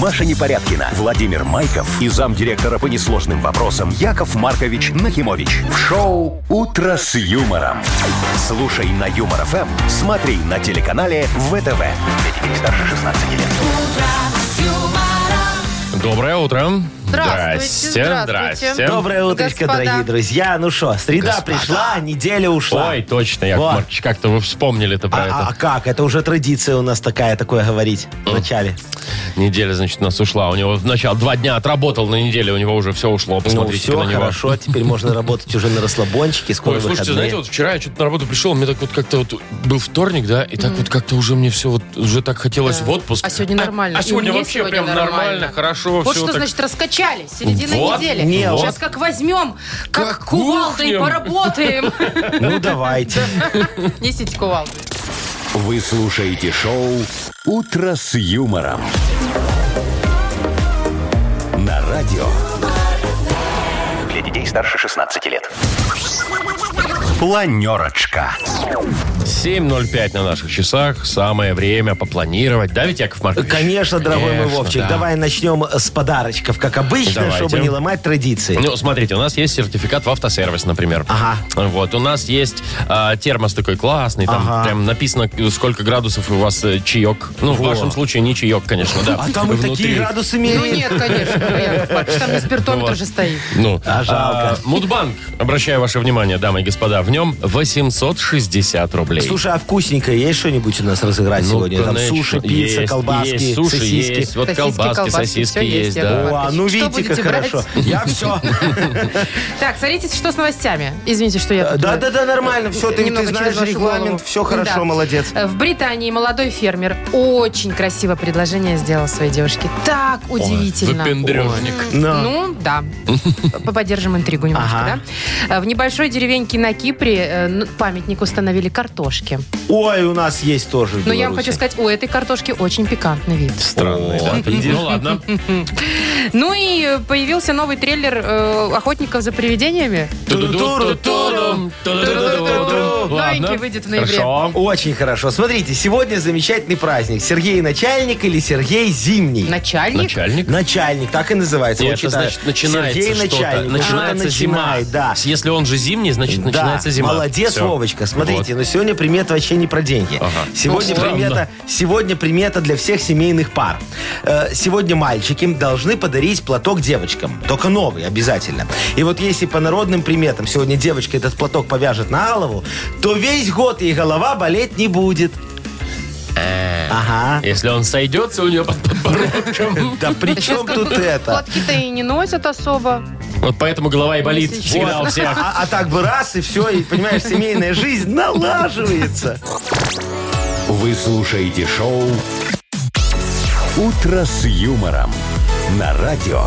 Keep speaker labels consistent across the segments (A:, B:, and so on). A: Маша Непорядкина, Владимир Майков и замдиректора по несложным вопросам Яков Маркович Нахимович. В шоу «Утро с юмором». Слушай на Юмор ФМ, смотри на телеканале ВТВ. Для детей старше 16 лет.
B: Доброе утро.
C: Здравствуйте, здравствуйте.
B: Здрасте.
D: Доброе утречко,
C: Господа.
D: дорогие друзья. Ну что, среда
B: Господа.
D: пришла, неделя ушла.
B: Ой, точно, Яков
D: Вот.
B: Маркович, как-то вы вспомнили-то про
D: а, а
B: это. Ну,
D: как? Это уже традиция у нас такая, такое говорить в начале. а.
B: Неделя, значит, у нас ушла. У него начало два дня отработал на неделе, у него уже все ушло.
D: Ну
B: Посмотрите
D: все,
B: на него.
D: хорошо, теперь можно работать уже на расслабончике, скоро
B: Ой, слушайте,
D: выходные.
B: знаете, вот вчера я что-то на работу пришел, мне так вот как-то вот был вторник, да, и так вот как-то уже мне все вот уже так хотелось в отпуск.
C: А сегодня нормально.
B: А
C: И
B: сегодня
C: мне
B: вообще
C: сегодня
B: прям нормально, хорошо,
C: Вот
B: всё
C: что
B: так.
C: значит раскачались. Середина
B: Вот,
C: недели.
D: не, вот.
C: Сейчас как возьмем, как,
B: Как
C: кувалдой
B: ухнем.
C: поработаем.
D: Ну давайте.
C: Несите кувалду.
A: Вы слушаете шоу «Утро с юмором». На радио. Для детей старше 16 лет. Планерочка.
B: 7.05 на наших часах, самое время попланировать. Да ведь, Яков Маркович?
D: Конечно, дорогой мой
B: Конечно,
D: Вовчик,
B: да.
D: давай начнем с подарочков, как обычно,
B: Давайте.
D: чтобы не ломать традиции.
B: Ну, смотрите, у нас есть сертификат в автосервис, например.
D: Ага.
B: Вот, у нас есть э, термос такой классный, там
D: Ага.
B: прям написано, сколько градусов у вас э, чаек. Ну, в
D: Во.
B: вашем случае не чаек, конечно, да.
D: А там и такие градусы
C: Ну
D: меряют.
C: нет, конечно, Яков Маркович, там не спиртометр
B: Вот.
C: же стоит.
B: Ну,
D: А, жалко.
B: а, Мудбанк, обращаю ваше внимание, дамы и господа, в нем 860 рублей.
D: Слушай, а вкусненькое есть что-нибудь у нас разыграть
B: Ну,
D: сегодня? Там
B: конечно,
D: суши, пицца,
B: есть,
D: колбаски,
B: есть, суши
D: сосиски.
B: есть, вот
C: Сосиски,
B: колбаски,
C: колбаски,
B: сосиски
C: всё
B: есть,
C: есть, я
B: да.
C: думаю.
D: О, а ну
C: Что
D: видите, как
C: будете брать?
D: хорошо. Я все.
C: Так, смотрите, что с новостями. Извините, что
B: Э,
C: я... тут э,
D: Да, да, да, нормально. Все, ты,
C: немного
D: ты знаешь
C: через вашу голову.
D: регламент, все хорошо,
C: Да.
D: молодец.
C: Э, В Британии молодой фермер очень красиво предложение сделал своей девушке. Так удивительно.
B: Выпендрежник.
D: На.
C: Ну, да. П- Поддержим интригу немножко,
D: Ага.
C: да? Э, В небольшой деревеньке на Кипре э, ну, памятник установили картошки.
D: Ой, у нас есть тоже. в
C: Но Ну, я вам
D: Беларуси.
C: хочу сказать, у этой картошки очень пикантный вид.
B: Странный, да. Ну ладно.
C: Ну и э, появился новый трейлер э, «Охотников за привидениями».
B: Ту-ду-ду-ду-дум, ту-ду-ду-ду-дум.
C: Новенький
B: Ладно.
C: выйдет в ноябре.
B: Хорошо.
D: Очень хорошо. Смотрите, сегодня замечательный праздник. Сергей начальник или Сергей зимний?
C: Начальник?
B: Начальник.
D: Начальник, так и называется.
B: Нет,
D: вот
B: это
D: читаю.
B: значит начинается
D: Сергей
B: что-то.
D: начальник. вот что-то
B: Начинается зима.
D: начинает, Да.
B: Если он же зимний, значит
D: Да,
B: начинается зима.
D: молодец,
B: Всё.
D: Вовочка. Смотрите,
B: Вот.
D: но сегодня примета вообще не про деньги.
B: Ага.
D: Сегодня,
B: Ну, странно.
D: примета, сегодня примета для всех семейных пар. Э, Сегодня мальчики должны подарить платок девочкам. Только новый, обязательно. И вот если по народным приметам сегодня девочка этот платок повяжет на голову, то весь год ей голова болеть не будет.
B: Э.
D: Ага.
B: Если он сойдется у нее под подбородком.
D: Да при
C: Сейчас
D: чем
C: как
D: тут
C: бы
D: это?
C: Платки-то и не носят особо.
B: Вот поэтому голова и болит
C: Если
B: всегда у всех.
D: А, а так бы раз, и все, и, понимаешь, семейная жизнь налаживается.
A: Вы слушаете шоу «Утро с юмором» на радио.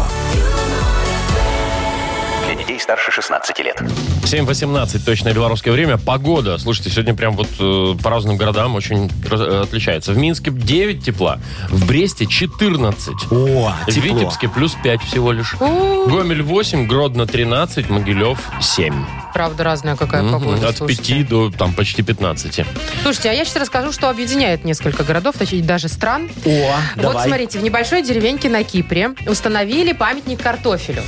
A: Для детей старше 16 лет.
B: 7.18 точно белорусское время. Погода, слушайте, сегодня прям вот э, по разным городам очень раз- э, отличается. В Минске 9 тепла, в Бресте 14.
D: О,
B: В
D: тепло.
B: Витебске плюс 5 всего лишь. Гомель 8, Гродно 13, Могилев 7.
C: Правда, разная какая
B: Мгм.
C: погода.
B: От
C: слушайте.
B: 5 до там почти 15.
C: Слушайте, а я сейчас расскажу, что объединяет несколько городов, точнее даже стран.
D: О,
C: Вот
D: давай.
C: смотрите, в небольшой деревеньке на Кипре установили памятник картофелю.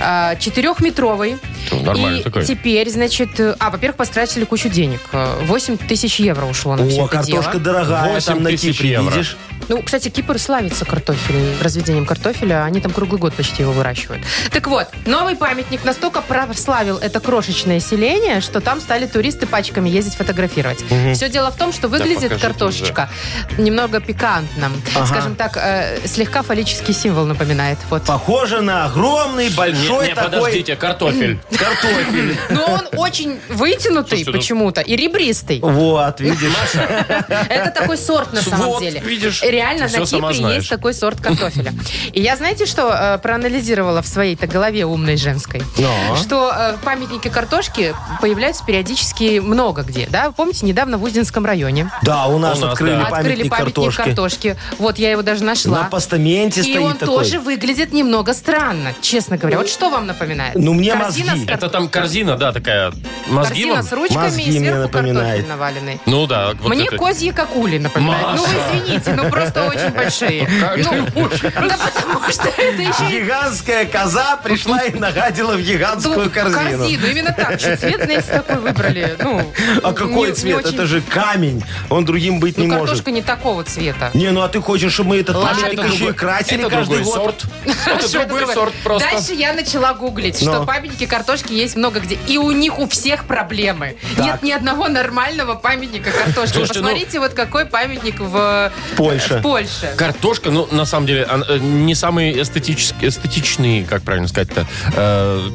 C: А, Четырехметровый.
B: Ну, нормальный
C: И
B: такой.
C: теперь, значит, э, а, во-первых, потратили кучу денег. Э, 8 тысяч евро ушло на все
D: О,
C: это
D: картошка
C: дело.
D: дорогая,
B: 8
D: там на
B: тысяч
D: Кипре,
B: евро.
D: видишь?
C: Ну, кстати, Кипр славится картофелем, разведением картофеля. Они там круглый год почти его выращивают. Так вот, новый памятник настолько прославил это крошечное селение, что там стали туристы пачками ездить фотографировать. Все дело в том, что выглядит
B: покажите
C: картошечка немного пикантным. Скажем так, э, слегка фаллический символ напоминает. Вот.
D: Похоже на огромный, большой
B: не, не,
D: такой...
B: подождите, картофель.
D: Картофель.
C: Но он очень вытянутый
B: Слушайте, ну-
C: почему-то и ребристый.
D: Вот, видишь.
C: Это такой сорт на самом
B: Вот,
C: деле.
B: видишь,
C: Реально
B: всё
C: на
B: сама
C: Кипре
B: знаешь.
C: есть такой сорт картофеля. И я знаете, что э, проанализировала в своей-то голове умной женской?
D: Но.
C: Что э, памятники картошки появляются периодически много где. Да? Вы Помните, недавно в Уздинском районе
D: Да, у нас
B: У нас,
D: открыли
B: да.
C: открыли
D: памятник
C: памятник
D: картошки.
C: картошки. Вот я его даже нашла.
D: На постаменте
C: И он
D: стоит такой.
C: тоже выглядит немного странно, честно говоря. Вот что вам напоминает?
D: Ну, мне
C: Корзина
D: мозги.
C: с кар-
B: Это там корзина, да, такая. Мозги
C: корзина
B: вам?
C: с ручками
D: Мозги
C: и
D: мне
C: сверху
D: напоминает.
C: картофель наваленный.
B: Ну да. вот
C: Мне
B: это-
C: козьи кокули напоминает. Ну, вы извините, ну просто просто очень большие. Ну, да потому что это еще и
D: Гигантская коза пришла и нагадила в гигантскую корзину.
C: Ну, корзину. Именно так. Чуть цвет, знаете, такой выбрали. Ну,
D: А
C: не-
D: какой
C: не
D: цвет?
C: очень-
D: Это же камень. Он другим быть не
C: Ну,
D: может.
C: картошка не такого цвета.
D: Не, ну а ты хочешь, чтобы мы этот
C: Ладно,
D: памятник
B: это
D: еще и
B: другой-
D: красили
B: это
D: каждый
B: другой
D: год?
B: сорт. Это
C: Что
B: другой
C: такое?
B: сорт просто.
C: Дальше я начала гуглить,
D: Но.
C: что памятники картошки есть много где. И у них у всех проблемы. Нет ни одного нормального памятника картошки.
B: Слушайте, ну-
C: Посмотрите, вот какой памятник в
D: Польше.
C: в Польше.
B: Картошка, ну, на самом деле, он, э, не самый эстетический, эстетичный, как правильно сказать-то, э,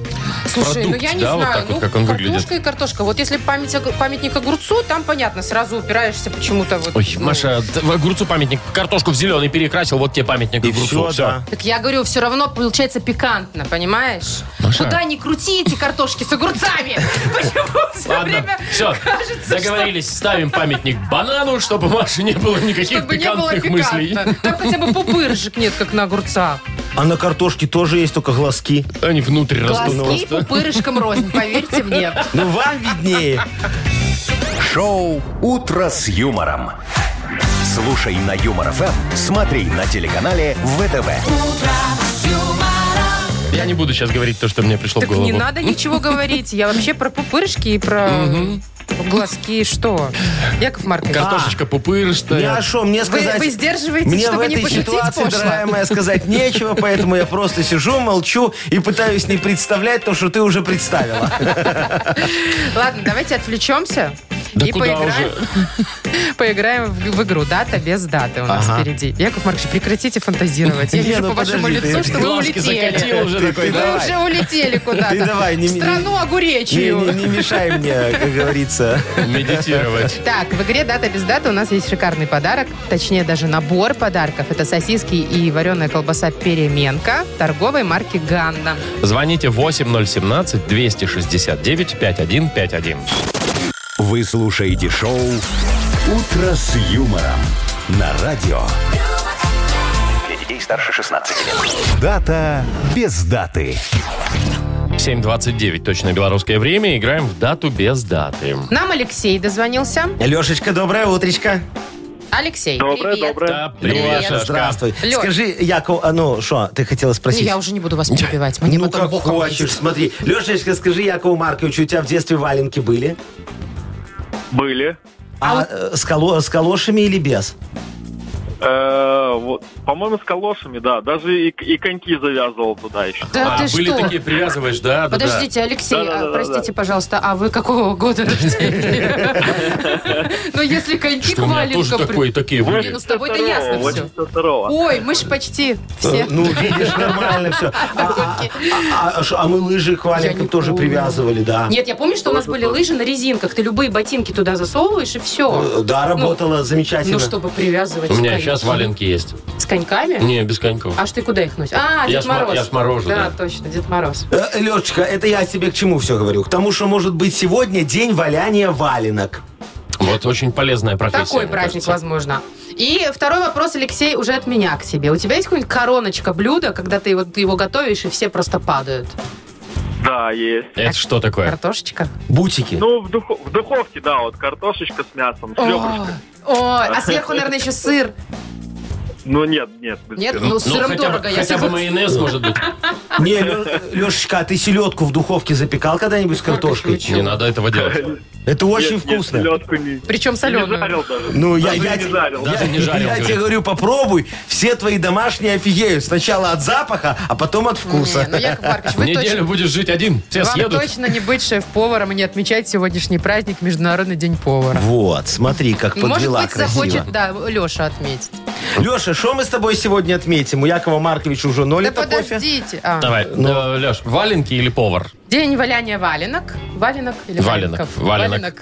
C: Слушай, ну
B: продукт,
C: я не
B: да,
C: знаю,
B: вот так
C: ну
B: вот, как он
C: картошка
B: выглядит.
C: и картошка. Вот если память, о- памятник огурцу, там понятно, сразу упираешься почему-то вот.
B: Ой,
C: ну.
B: Маша, т- в огурцу памятник, картошку в зеленый перекрасил, вот тебе памятник
D: И
B: огурцу.
D: все, да.
C: Так я говорю, все равно получается пикантно, понимаешь?
B: Маша.
C: Куда ни крути эти картошки с огурцами. Почему все
B: Ладно,
C: время
B: все,
C: кажется, что
B: договорились, ставим памятник банану, чтобы Маше не было никаких
C: Чтобы не было
B: пикантных мыслей.
C: пикантно. Там хотя бы пупырышек нет, как на огурцах.
D: А на картошке тоже есть только глазки.
B: Они внутрь растут ну
C: Глазки
B: просто.
C: пупырышком рознь, поверьте мне.
D: Ну вам виднее.
A: Шоу «Утро с юмором». Слушай на Юмор ФМ, смотри на телеканале ВТВ.
B: Я не буду сейчас говорить то, что мне пришло
C: Так
B: в голову.
C: не надо ничего говорить. Я вообще про пупырышки и про глазки и что? Яков Маркович.
B: Картошечка пупырь, что
D: А. Я что, мне
C: Вы,
D: сказать...
C: вы сдерживаетесь,
D: Мне в
C: чтобы не
D: этой
C: пошутить
D: ситуации,
C: пошло?
D: дорогая моя, сказать нечего, поэтому я просто сижу, молчу и пытаюсь не представлять то, что ты уже представила.
C: Ладно, давайте отвлечемся.
B: Да
C: и
B: куда
C: поиграем,
B: уже?
C: поиграем в, в игру «Дата без даты» у нас
D: Ага.
C: впереди. Яков Маркович, прекратите фантазировать. Я
D: Не,
C: вижу
D: ну
C: по вашему
D: подожди ты.
C: лицу, что вы
B: Глазки
C: улетели.
B: закатил уже
D: Ты-
B: такой,
D: ты
B: да?
C: Вы
D: давай.
C: уже улетели куда-то.
D: Ты давай, не-
C: В
D: не-
C: страну
D: Не,
C: огуречью.
D: не- не мешай мне, как говорится.
B: Медитировать.
C: Так, в игре «Дата без даты» у нас есть шикарный подарок, точнее даже набор подарков. Это сосиски и вареная колбаса «Переменка» торговой марки «Ганна».
B: Звоните 8017-269-5151.
A: Вы слушаете шоу «Утро с юмором» на радио. Для детей старше 16 лет. Дата без даты.
B: 7.29, точно белорусское время. Играем в дату без даты.
C: Нам Алексей дозвонился.
D: Лешечка, доброе утречко.
C: Алексей,
E: Доброе,
C: привет.
E: доброе.
B: Да, привет,
C: Привет.
B: Сашка.
D: Здравствуй.
C: Лёш.
D: Скажи, Яков, а ну, что, ты хотела
C: Ну,
D: спросить?
C: я уже не буду вас перебивать. Мне
D: ну,
C: потом
D: как
C: боком
D: хочешь,
C: летит.
D: смотри. Лешечка, скажи, Якову Марковичу, у тебя в детстве валенки были?
E: Были.
D: А, э, с, коло- с калошами или без?
E: Э, вот, По-моему, с калошами, да. Даже и, и коньки завязывал туда еще.
C: Да
B: А,
C: ты
B: были
C: что?
B: такие, привязываешь, да, Ну да, да.
C: Подождите, Алексей, а,
E: Да-да-да-да-да.
C: простите, пожалуйста, а вы какого года рождения? Ну, если коньки к
B: Что у меня тоже
C: валенкам при-
B: такое, такие
C: Не,
B: были.
C: ну с тобой-то ясно все.
E: 82-го.
C: Ой, мы ж почти
D: Э,
C: все.
D: Ну, видишь, нормально все. А, а- а- а ш- а мы лыжи к
C: Я не
D: валенкам тоже
C: помню.
D: привязывали, да.
C: а, Нет, я помню, что у нас были лыжи на резинках. Ты любые ботинки туда засовываешь, и все.
D: Э, Да, работала замечательно.
C: Ну, чтобы привязывать.
B: У меня
C: коньки.
B: сейчас валенки есть.
C: С коньками?
B: Не, без коньков.
C: Аж ты куда их носишь? А,
B: Я
C: Дед
B: с мо-
C: Мороз.
B: я с морожу, да.
C: Да, точно, Дед Мороз.
D: Э, Лешечка, это я тебе к чему все говорю? К тому, что может быть сегодня день валяния валенок.
B: Вот очень полезная профессия.
C: Такой
B: мне
C: праздник,
B: кажется.
C: возможно. И второй вопрос, Алексей, уже от меня к тебе. У тебя есть какая-нибудь короночка блюда, когда ты его, ты его готовишь, и все просто падают?
E: Да, есть.
B: Это что такое?
C: Картошечка?
D: Бутики.
E: Ну, в, духо- в духовке, да, вот картошечка с мясом, с
C: О,
E: ребрышками.
C: о, а сверху, наверное, еще сыр.
E: Ну, нет, нет. без
C: Нет,
E: сыра.
C: ну с сыром
B: хотя, бы-
C: дорого. Я
B: хотя бы
C: согласна.
B: майонез, может быть.
D: Не, Лё- Лешечка, а ты селедку в духовке запекал когда-нибудь с картошкой?
C: Маркович,
B: Не надо этого делать.
D: Это очень
E: Нет, нет,
D: вкусно.
E: селедку не,
C: Причем
E: не
C: соленую.
E: жарил даже.
D: Ну, я,
E: Даже
D: я,
E: не жарил.
B: Даже не жарил,
D: я тебе
B: говорит.
D: говорю, попробуй, все твои домашние офигеют. Сначала от запаха, а потом от
C: Не,
D: вкуса.
C: ну, Яков Маркович, вы
B: Неделю
C: точно...
B: будешь жить один, все
C: Вам
B: съедут.
C: точно не быть шеф-поваром и не отмечать сегодняшний праздник Международный день повара.
D: Вот, смотри, как
C: Может
D: подвела
C: быть, захочет,
D: красиво.
C: да, Леша отметить.
D: Леша, что мы с тобой сегодня отметим? У Якова Марковича уже ноль
C: Да
D: это кофе.
C: подождите. А,
B: Давай,
D: Ну,
B: э, Леш, валенки или повар?
C: День валяния валенок. Валенок или
B: Валенок,
C: валенков?
B: валенок.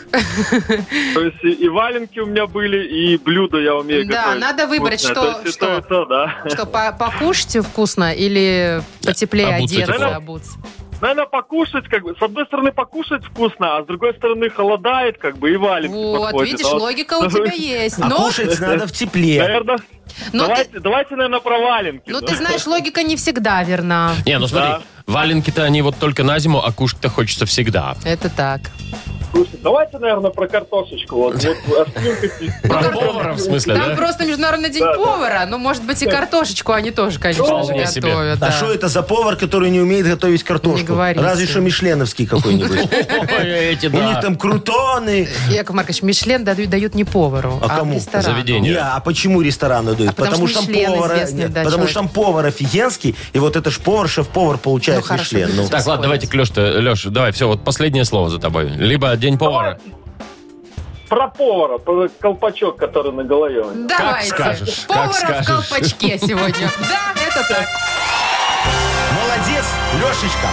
E: То есть и и валенки у меня были, и блюда я умею
C: Да,
E: готовить.
C: надо выбрать,
E: вкусное.
C: что-
E: То есть и
C: что.
E: то, и то, да.
C: Что, по- покушайте вкусно или потеплее
B: Обуться
C: одеться,
B: тепло.
C: обуться?
E: Наверное, покушать, как бы, с одной стороны, покушать вкусно, а с другой стороны, холодает, как бы, и валенки
C: Вот,
E: подходит.
C: видишь,
E: А вот,
C: логика у тебя есть.
D: А
C: Но,
D: кушать надо в тепле.
E: Наверное,
C: но, ты,
E: давайте, давайте, наверное, про валенки.
C: но
E: да.
C: ты знаешь, логика не всегда верна.
B: Не, ну смотри,
E: Да.
B: валенки-то они вот только на зиму, а кушать-то хочется всегда.
C: Это так.
E: Слушай, давайте, наверное, про картошечку. Вот, вот а остринка здесь.
B: Про повара, в смысле,
C: Там
B: да?
C: просто Международный день
E: Да, да.
C: повара. Ну, может быть, и картошечку они тоже, конечно же,
B: Вполне себе.
C: готовят.
D: А
C: да.
D: что это за повар, который не умеет готовить
C: Не
D: картошку?
C: говорите.
D: Разве что Мишленовский какой-нибудь.
B: Ой, Эти,
D: У них
B: да.
D: там крутоны.
C: Яков Маркович, Мишлен дадут, дают не повару,
D: А
C: а,
D: кому?
C: ресторану.
B: Заведению.
D: Не, а почему ресторану дают?
C: А потому что
D: там
C: Мишлен
D: повара-
C: известный,
D: нет,
C: да,
D: Потому
C: человек.
D: что там повар офигенский, и вот это ж повар,
C: Ну,
D: шеф-повар получает
C: хорошо,
D: Мишлен. Ну,
C: люди.
B: Так, ладно, давайте, Леш, Леш, давай, все, вот последнее слово за тобой. Либо день повара.
E: Про повара, про колпачок, который на голове. у него.
C: Давайте.
B: скажешь, как
C: Повара
B: скажешь.
C: в колпачке сегодня. Да, это так.
D: Молодец, Лешечка.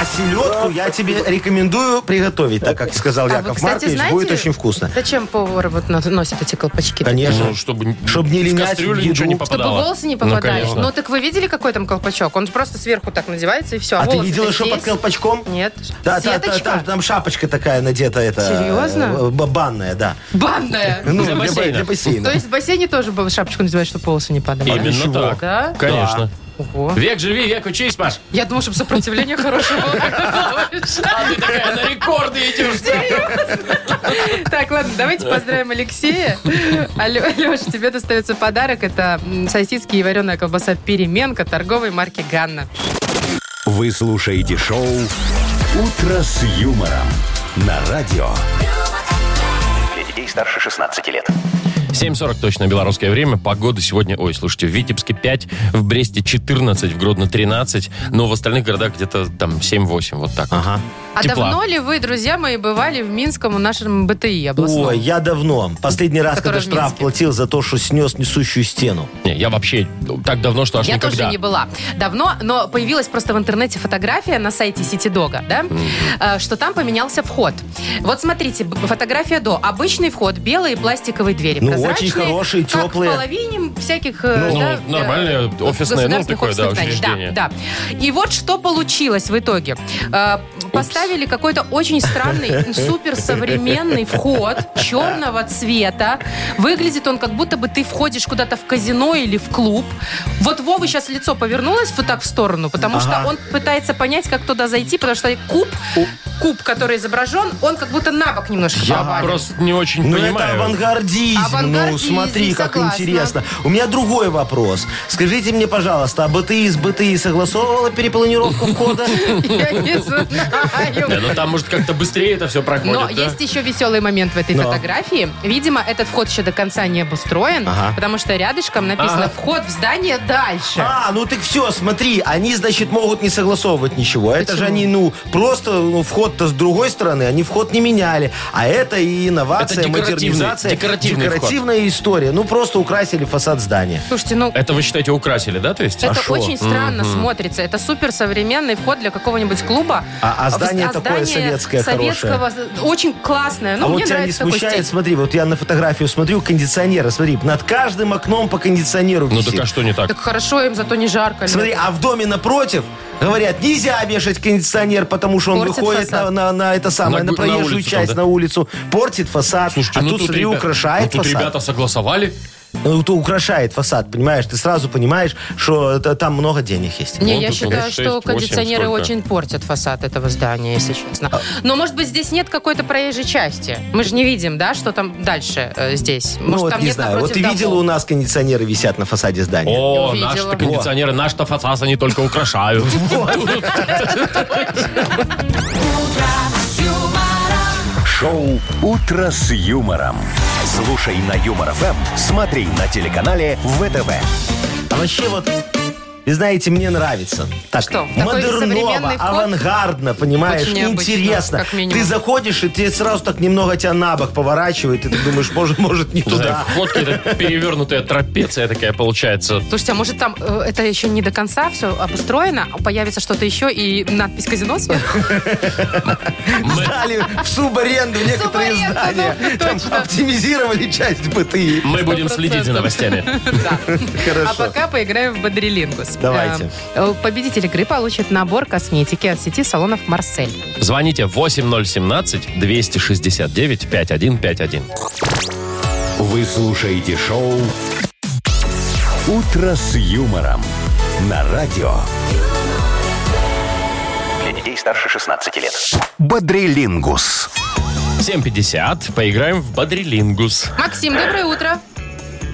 D: А селедку я тебе рекомендую приготовить, так как сказал
C: А вы,
D: Яков Маркович, будет очень вкусно.
C: Зачем повар вот на- носит эти колпачки?
D: Конечно.
B: Ну, чтобы
D: Чтобы не
B: в
D: линять
B: кастрюлю
D: в еду.
B: ничего не
D: Чтобы
C: Чтобы
B: попадало.
C: волосы не
B: Ну,
C: попадали.
B: конечно.
C: Ну, так вы видели, какой там колпачок? Он просто сверху так надевается, и все.
D: А ты видела, что под
C: колпачком?
D: колпачком?
C: Нет.
D: Да, да, да,
C: Сеточка?
D: там, там шапочка такая надета. Это,
C: Серьезно?
D: э, б- банная, да.
C: Банная.
D: Ну,
B: Для бассейна.
D: Для бассейна.
C: То есть в бассейне тоже бы шапочку надевать, чтобы волосы не падали?
B: Именно
D: Ничего.
B: так.
C: Ну, Да?
B: Конечно.
C: Ого.
B: Век живи, век учись, Маш.
C: Я думала, чтобы сопротивление хорошее было.
B: А ты такая на рекорды идешь.
C: Так, ладно, давайте поздравим Алексея. Алеша, тебе достается подарок. Это м, сосиски и вареная колбаса «Переменка» торговой марки «Ганна».
A: Вы слушаете шоу «Утро с юмором» на радио.
F: Для детей старше 16 лет.
B: 7.40 точно белорусское время. Погода сегодня, ой, слушайте, в Витебске 5, в Бресте 14, в Гродно 13, но в остальных городах где-то там 7-8, вот так. вот.
D: Ага.
C: А
B: Тепла.
C: давно ли вы, друзья мои, бывали в Минском нашем БТИ областном?
D: Ой, я давно. Последний раз,
C: Который
D: когда
C: в
D: штраф
C: Минске.
D: платил за то, что снес несущую стену.
B: Не, я вообще ну, так давно, что аж
C: Я
B: никогда.
C: тоже не была. Давно, но появилась просто в интернете фотография на сайте Ситидога, да, э, что там поменялся вход. Вот смотрите, б- фотография до. Обычный вход, белые пластиковые двери.
D: Ну,
C: прозрачные,
D: очень хорошие,
C: как
D: теплые.
C: в половине всяких... э,
B: Ну,
C: да,
B: ну, нормальное
C: э,
B: офисное, ну,
C: государственных
B: такое, да,
C: офисных зданий.
B: учреждение.
C: Да, да. И вот что получилось в итоге. Э, Поставили какой-то очень странный, суперсовременный вход черного цвета. Выглядит он, как будто бы ты входишь куда-то в казино или в клуб. Вот Вова сейчас лицо повернулось вот так в сторону, потому
D: Ага.
C: что он пытается понять, как туда зайти, потому что куб, куб, который изображен, он как будто на бок немножко
B: Я
C: повален.
B: просто не очень
D: Ну, это
B: понимаю.
D: авангардизм. Ну,
C: Авангардизм,
D: смотри, как
C: согласна.
D: интересно. У меня другой вопрос. Скажите мне, пожалуйста, а БТИ с БТИ согласовывала перепланировку входа?
C: Я не
B: Да,
C: знаю.
B: ну там, может, как-то быстрее это все проходит,
C: Но
B: да?
C: есть еще веселый момент в этой
D: Но.
C: фотографии. Видимо, этот вход еще до конца не обустроен,
D: Ага.
C: потому что рядышком написано
B: Ага.
C: «Вход в здание дальше».
D: А, ну так все, смотри, они, значит, могут не согласовывать ничего. Это
C: Почему?
D: же они, ну, просто ну, вход-то с другой стороны, они вход не меняли. А это и инновация,
B: Это декоративный-
D: модернизация,
B: декоративный
D: декоративная история. Ну, просто украсили фасад здания.
C: Слушайте, ну...
B: Это вы считаете украсили, да, то есть?
C: Это
D: А шо?
C: очень странно смотрится. Это супер современный вход для какого-нибудь клуба.
D: А- а
C: В-
D: здание такое советское,
C: советского, Очень классное. Ну,
D: а
C: мне
D: вот тебя не
C: нравится такой
D: смущает,
C: стиль.
D: смотри, вот я на фотографию смотрю, кондиционеры, смотри, над каждым окном по кондиционеру
B: Ну
D: висит.
B: так а что не так?
C: Так хорошо им, зато не жарко. Лёш.
D: Смотри, а в доме напротив говорят, нельзя вешать кондиционер, потому что он
C: Портит
D: выходит на,
C: фасад.
D: на- на это самое,
B: На
D: на,
B: гу- на
D: проезжую
B: улицу там,
D: часть,
B: да?
D: на улицу, портит фасад,
B: Слушайте,
D: а
B: ну
D: тут, смотри,
B: ребят-
D: украшает
B: ну, тут
D: фасад.
B: ребята согласовали.
D: Ну, то украшает фасад, понимаешь? Ты сразу понимаешь, что это- там много денег есть.
C: Не,
B: Вон Ну,
C: я
B: тут у
C: считаю,
B: нас
C: что
B: шесть, восемь,
C: кондиционеры
B: сколько?
C: очень портят фасад этого здания, если честно. Но, может быть, здесь нет какой-то проезжей части. Мы же не видим, да, что там дальше э, здесь. Может,
D: ну, вот
C: там
D: не
C: нет
D: знаю. Вот
C: напротив
D: ты видела,
C: домов.
D: у нас кондиционеры висят на фасаде здания.
B: О,
C: увидела.
B: наши-то кондиционеры, наш-то фасад они только украшают.
A: Шоу «Утро с юмором». Слушай на Юмор ФМ, смотри на телеканале ВТВ.
D: А вообще вот... И знаете, мне нравится. Так,
C: Что, такой
D: модерново,
C: современный вход?
D: авангардно, понимаешь,
C: Очень необычно,
D: интересно.
C: как минимум.
D: ты заходишь, и тебе сразу так немного тебя на бок поворачивает, и ты думаешь, может, может не
B: Туда.
D: туда.
B: Вход какие-то перевернутая трапеция такая получается.
C: Слушайте, а может там э, это еще не до конца все обустроено, а появится что-то еще и надпись казино сверху?
D: Сдали А в субаренду некоторые
C: Субаренду, ну,
D: здания. Там
C: точно.
D: оптимизировали часть БТИ.
B: Мы будем следить за новостями.
C: Да. А
D: Хорошо.
C: пока поиграем в Бодрилингус.
D: Давайте.
C: Э, э, Победитель игры получит набор косметики от сети салонов «Марсель».
B: Звоните 8017-269-5151.
A: Вы слушаете шоу «Утро с юмором» на радио
F: Для детей старше 16 лет.
A: «Бодрилингус».
B: 7.50. Поиграем в Бодрилингус.
C: Максим, доброе утро.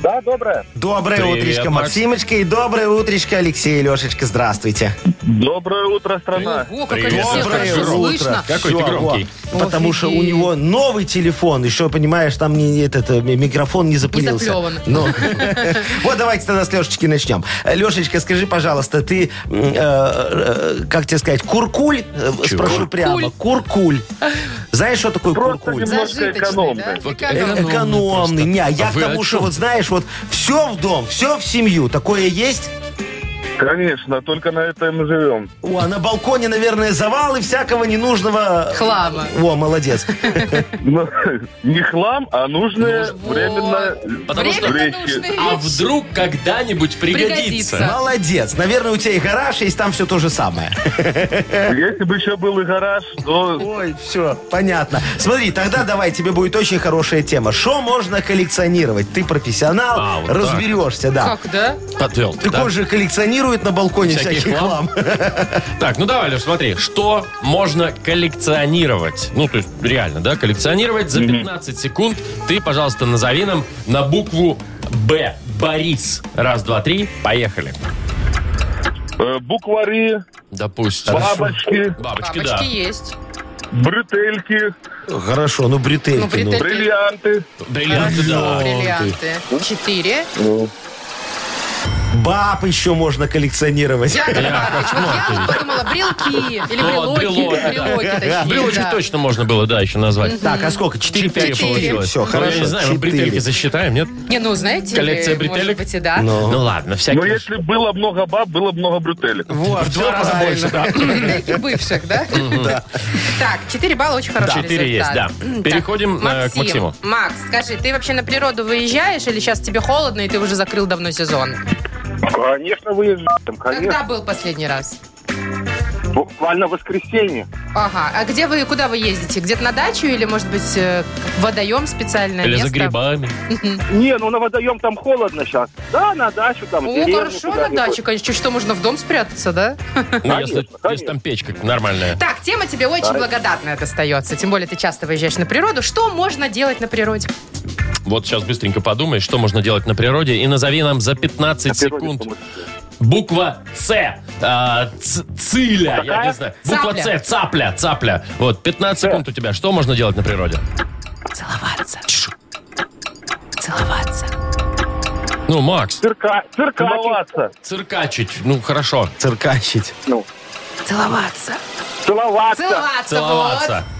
G: Да, доброе.
D: Доброе
B: Привет,
D: утречко,
B: Макс.
D: Максимочка, и доброе утречко, Алексей и Лешечка. Здравствуйте.
E: Доброе утро, страна.
C: Ого, как
B: Привет.
C: это всех
B: Доброе
C: хорошо слышно.
B: Какой ты
D: Всё,
B: громкий.
D: во. Потому что у
C: Офигеть.
D: него новый телефон. Еще, понимаешь, там не, этот, э, микрофон не запылился.
C: заплёван.
D: Ну. Вот давайте тогда с Лешечки начнем. Лешечка, скажи, пожалуйста, ты, м, э, э, как тебе сказать, куркуль? Э,
B: Чего?
D: Спрошу прямо. Куркуль. Знаешь, что такое
E: Просто
D: куркуль? Э,
E: немножко
C: Зажиточный,
E: экономный.
C: да?
B: Вот
C: Экономный.
B: эконом-
D: Экономный. Не, я
B: А
D: к
B: вы о
D: тому, что
B: чём?
D: вот знаешь, вот все в дом, все в семью. Такое есть?
E: Конечно, только на этом и живем.
D: О, а на балконе, наверное, завалы всякого ненужного...
C: Хлама.
D: О, молодец.
E: Ну, не хлам, а нужное
C: Ну, Вот.
E: временно...
B: Потому что-
C: Временно
E: Вещи.
C: нужны
B: А
C: вещи.
B: вдруг когда-нибудь пригодится?
C: Пригодится.
D: Молодец. Наверное, у тебя и гараж есть, там все то же самое.
E: Если бы еще был и гараж, то...
D: Ой, все, понятно. Смотри, тогда давай, тебе будет очень хорошая тема. Что можно коллекционировать? Ты профессионал,
B: А, вот так.
D: разберешься, да.
C: Как, да?
B: Подвел.
D: Ты
B: да?
D: он же коллекционирует на балконе
B: Всякий
D: всякий, хлам.
B: Так, ну давай, Леш, смотри, что можно коллекционировать? Ну, то есть, реально, да, коллекционировать за 15 секунд. Ты, пожалуйста, назови нам на букву Б. Борис. Раз, два, три, поехали.
E: э, Буквари,
B: Допустим.
E: бабочки,
B: Бабочки, да.
C: Бабочки есть.
E: бретельки,
D: Хорошо, ну бретельки.
C: Ну,
D: ну.
C: бретельки.
E: бриллианты.
B: Бриллианты, да.
C: Бриллианты. Четыре.
D: Баб еще можно коллекционировать.
C: Яков Маркович, вот я вот подумала, брелки или
B: Ну, вот
C: брелоки.
B: брелоки, да.
C: Брелоки, точнее,
B: Брелочки
C: да.
B: точно можно было, да, еще назвать.
D: Так, а сколько? Четыре,
B: Четыре
D: пять
C: Четыре.
B: получилось.
D: Все,
B: Ну, Я не
D: хорошо.
B: знаю, мы бретельки
D: Четыре.
B: засчитаем, нет?
C: Не, ну, знаете,
B: Коллекция
C: может
B: бретелек?
C: быть и да.
D: Ну.
B: Ну ладно,
E: Но
B: всякие.
E: если было много баб, было много бретелек.
D: Вот,
B: В два раза
D: правильно.
B: больше, да.
C: Бретельки бывших, да? Так, 4 балла очень хороший
B: Четыре
C: результат.
B: есть, да.
C: Так,
B: Переходим, э, к Максиму.
C: Макс, скажи, ты вообще на природу выезжаешь или сейчас тебе холодно и ты уже закрыл давно сезон?
G: Конечно, выезжаем, там, конечно.
C: Когда был последний раз?
G: Буквально воскресенье.
C: Ага, а где вы, куда вы ездите? Где-то на дачу или, может быть, э, в водоем специальное
B: Или
C: место?
B: за грибами.
G: Не, ну на водоем там холодно сейчас. Да, на дачу там. в
C: О,
G: деревню
C: хорошо на
G: куда-нибудь.
C: даче, конечно. Чуть Что, можно в дом спрятаться, да?
B: Ну, если-
G: Конечно,
B: если там печка нормальная.
C: Так, тема тебе очень благодатная достается. Тем более, ты часто выезжаешь на природу. Что можно делать на природе?
B: Вот сейчас быстренько подумай, что можно делать на природе, и назови нам за 15 секунд буква С. А, ц- циля, я не знаю. Буква
C: Цапля.
B: С, цапля, цапля. Вот, 15 секунд у тебя. Что можно делать на природе?
C: Целоваться. Целоваться.
B: Ну, Макс,
G: Цирка, циркачить,
E: Целоваться.
B: циркачить. Ну, хорошо.
D: Циркачить.
C: Целоваться.
G: целоваться. Ну.
C: Целоваться.
B: Целоваться.
C: вот.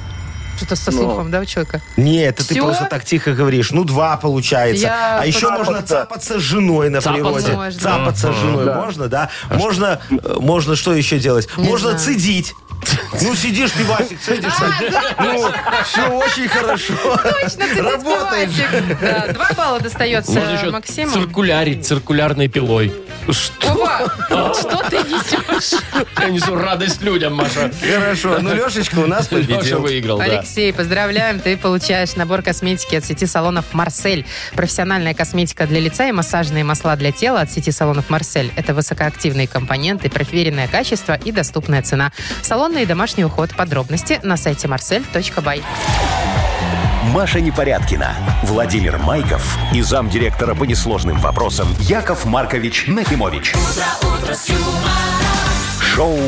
C: Что-то со слухом, да, у человека?
D: Нет, это ты
C: Всё?
D: просто так тихо говоришь. Ну, два получается.
C: Я
D: а еще
C: поцапаться.
D: можно цапаться с женой на
B: Цапаться
D: природе.
C: можно.
D: Цапаться с женой можно, да?
B: А
D: Можно, э, можно что еще делать? можно
C: знаю.
D: цедить. Ну, сидишь, пивасик, цедишься.
C: А, да,
D: Ну, все очень хорошо.
C: точно, цедить
D: Работает.
C: пивасик. Ну, Да, Два балла
B: Можно
C: достается
B: еще
C: Максиму.
B: циркулярить циркулярной пилой.
C: Вова, что ты несешь?
B: Я несу радость людям, Маша.
D: Хорошо. Ну, Лешечка у нас
B: Леша
D: победил.
B: выиграл, да.
C: Алексей, поздравляем, ты получаешь набор косметики от сети салонов «Марсель». Профессиональная косметика для лица и массажные масла для тела от сети салонов «Марсель». Это высокоактивные компоненты, проверенное качество и доступная цена. Салонный и домашний уход. Подробности на сайте marsel.by.
A: Маша Непорядкина, Владимир Майков и замдиректора по несложным вопросам Яков Маркович Нахимович. Шоу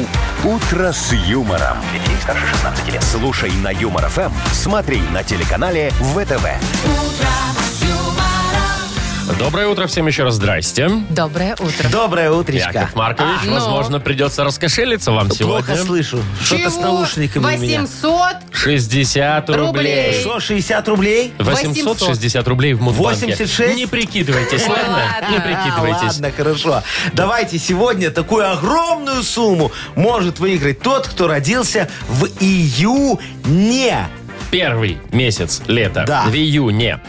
A: Утро с юмором. Для детей старше 16 лет. Слушай на юмор ФМ, смотри на телеканале ВТВ.
B: Доброе утро всем еще раз. Здрасте.
C: Доброе утро.
D: Доброе утречко.
B: Яков Маркович,
C: А, ну?
B: возможно, придется раскошелиться вам
D: Плохо
B: сегодня.
D: слышу. Что-то с наушниками у меня.
C: 800?
B: 60
C: Рублей.
B: рублей.
D: Что, 60 рублей?
B: 860 рублей в Мудбанке.
D: 86?
B: Не прикидывайтесь, ладно?
C: ладно.
B: Не
D: А,
B: прикидывайтесь.
D: Ладно, хорошо. Давайте сегодня такую огромную сумму может выиграть тот, кто родился в июне.
B: Первый месяц лета.
D: Да.
B: В июне.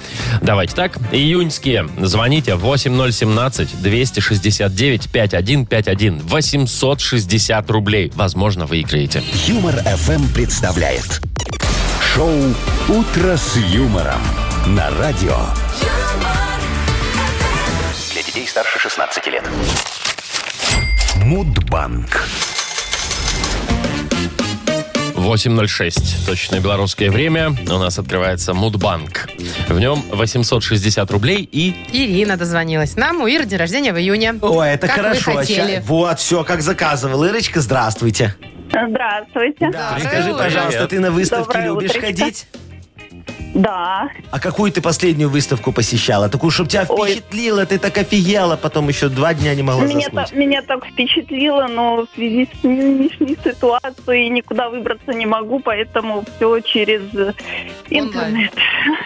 B: Давайте так. Июньские. Звоните 8017-269-5151. 860 рублей. Возможно, выиграете.
A: Юмор ФМ представляет шоу Утро с юмором на радио.
F: Для детей старше 16 лет.
A: Мудбанк.
B: 8.06. Точное белорусское время. У нас открывается Мудбанк. В нем 860 рублей и...
C: Ирина дозвонилась нам. У Иры день рождения в июне.
D: Ой, это
C: Как вы
D: хорошо. а
C: хотели.
D: Ща- Вот, все, как заказывал. Ирочка, здравствуйте.
H: Здравствуйте. Да.
D: Скажи,
C: Доброе
D: пожалуйста,
B: утро.
D: ты на выставки
H: Доброе
D: любишь
H: утречко.
D: ходить? А какую ты последнюю выставку посещала? Такую, чтобы тебя
H: Ой.
D: впечатлило, ты так офигела, потом еще два дня не могла
H: Меня,
D: заснуть.
H: та- меня так впечатлило, но в связи с нынешней ситуацией никуда выбраться не могу, поэтому все через э, интернет.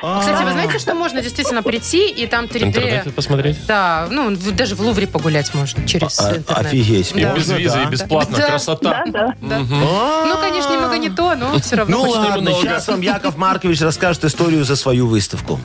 D: А,
C: Кстати, вы знаете, что можно действительно прийти и там 3D...
B: Интернет посмотреть.
C: Да, ну в- даже в Лувре погулять можно через
D: А-
C: интернет.
D: офигеть. Ну
B: И
C: Да.
B: без визы, и бесплатно.
C: Да.
B: Красота.
H: Да, да.
C: Ну, конечно, немного не то, но все равно.
D: Ну
C: хочется.
D: ладно,
B: немного.
D: сейчас вам Яков Маркович расскажет историю за свою выставку.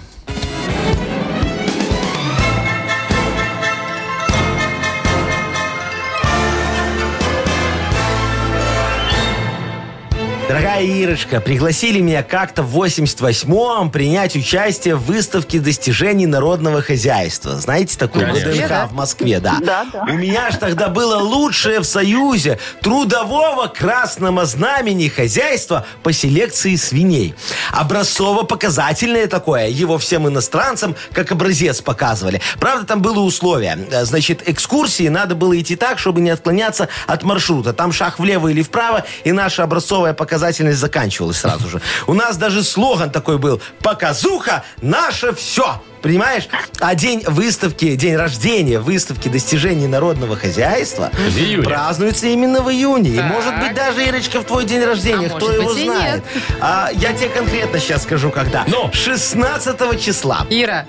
D: Дорогая Ирочка, пригласили меня как-то в 88-м принять участие в выставке достижений народного хозяйства. Знаете, такую
B: Конечно.
D: ВДНХ
C: Да.
D: в Москве, да.
H: Да, да.
D: У меня ж тогда было лучшее в Союзе трудового красного знамени хозяйства по селекции свиней. Образцово-показательное такое. Его всем иностранцам как образец показывали. Правда, там было условие. Э, Значит, экскурсии надо было идти так, чтобы не отклоняться от маршрута. Там шаг влево или вправо, и наша образцовая показательность заканчивалась сразу же. У нас даже слоган такой был «Показуха – наше все». Понимаешь? А день выставки, день рождения выставки достижений народного хозяйства
B: В июне.
D: празднуется именно в июне. И
C: Так.
D: может быть даже, Ирочка, в твой день рождения,
C: А
D: кто
C: может
D: его
C: быть и
D: знает. А, я тебе конкретно сейчас скажу, когда.
B: Ну?
D: 16 числа.
C: Ира,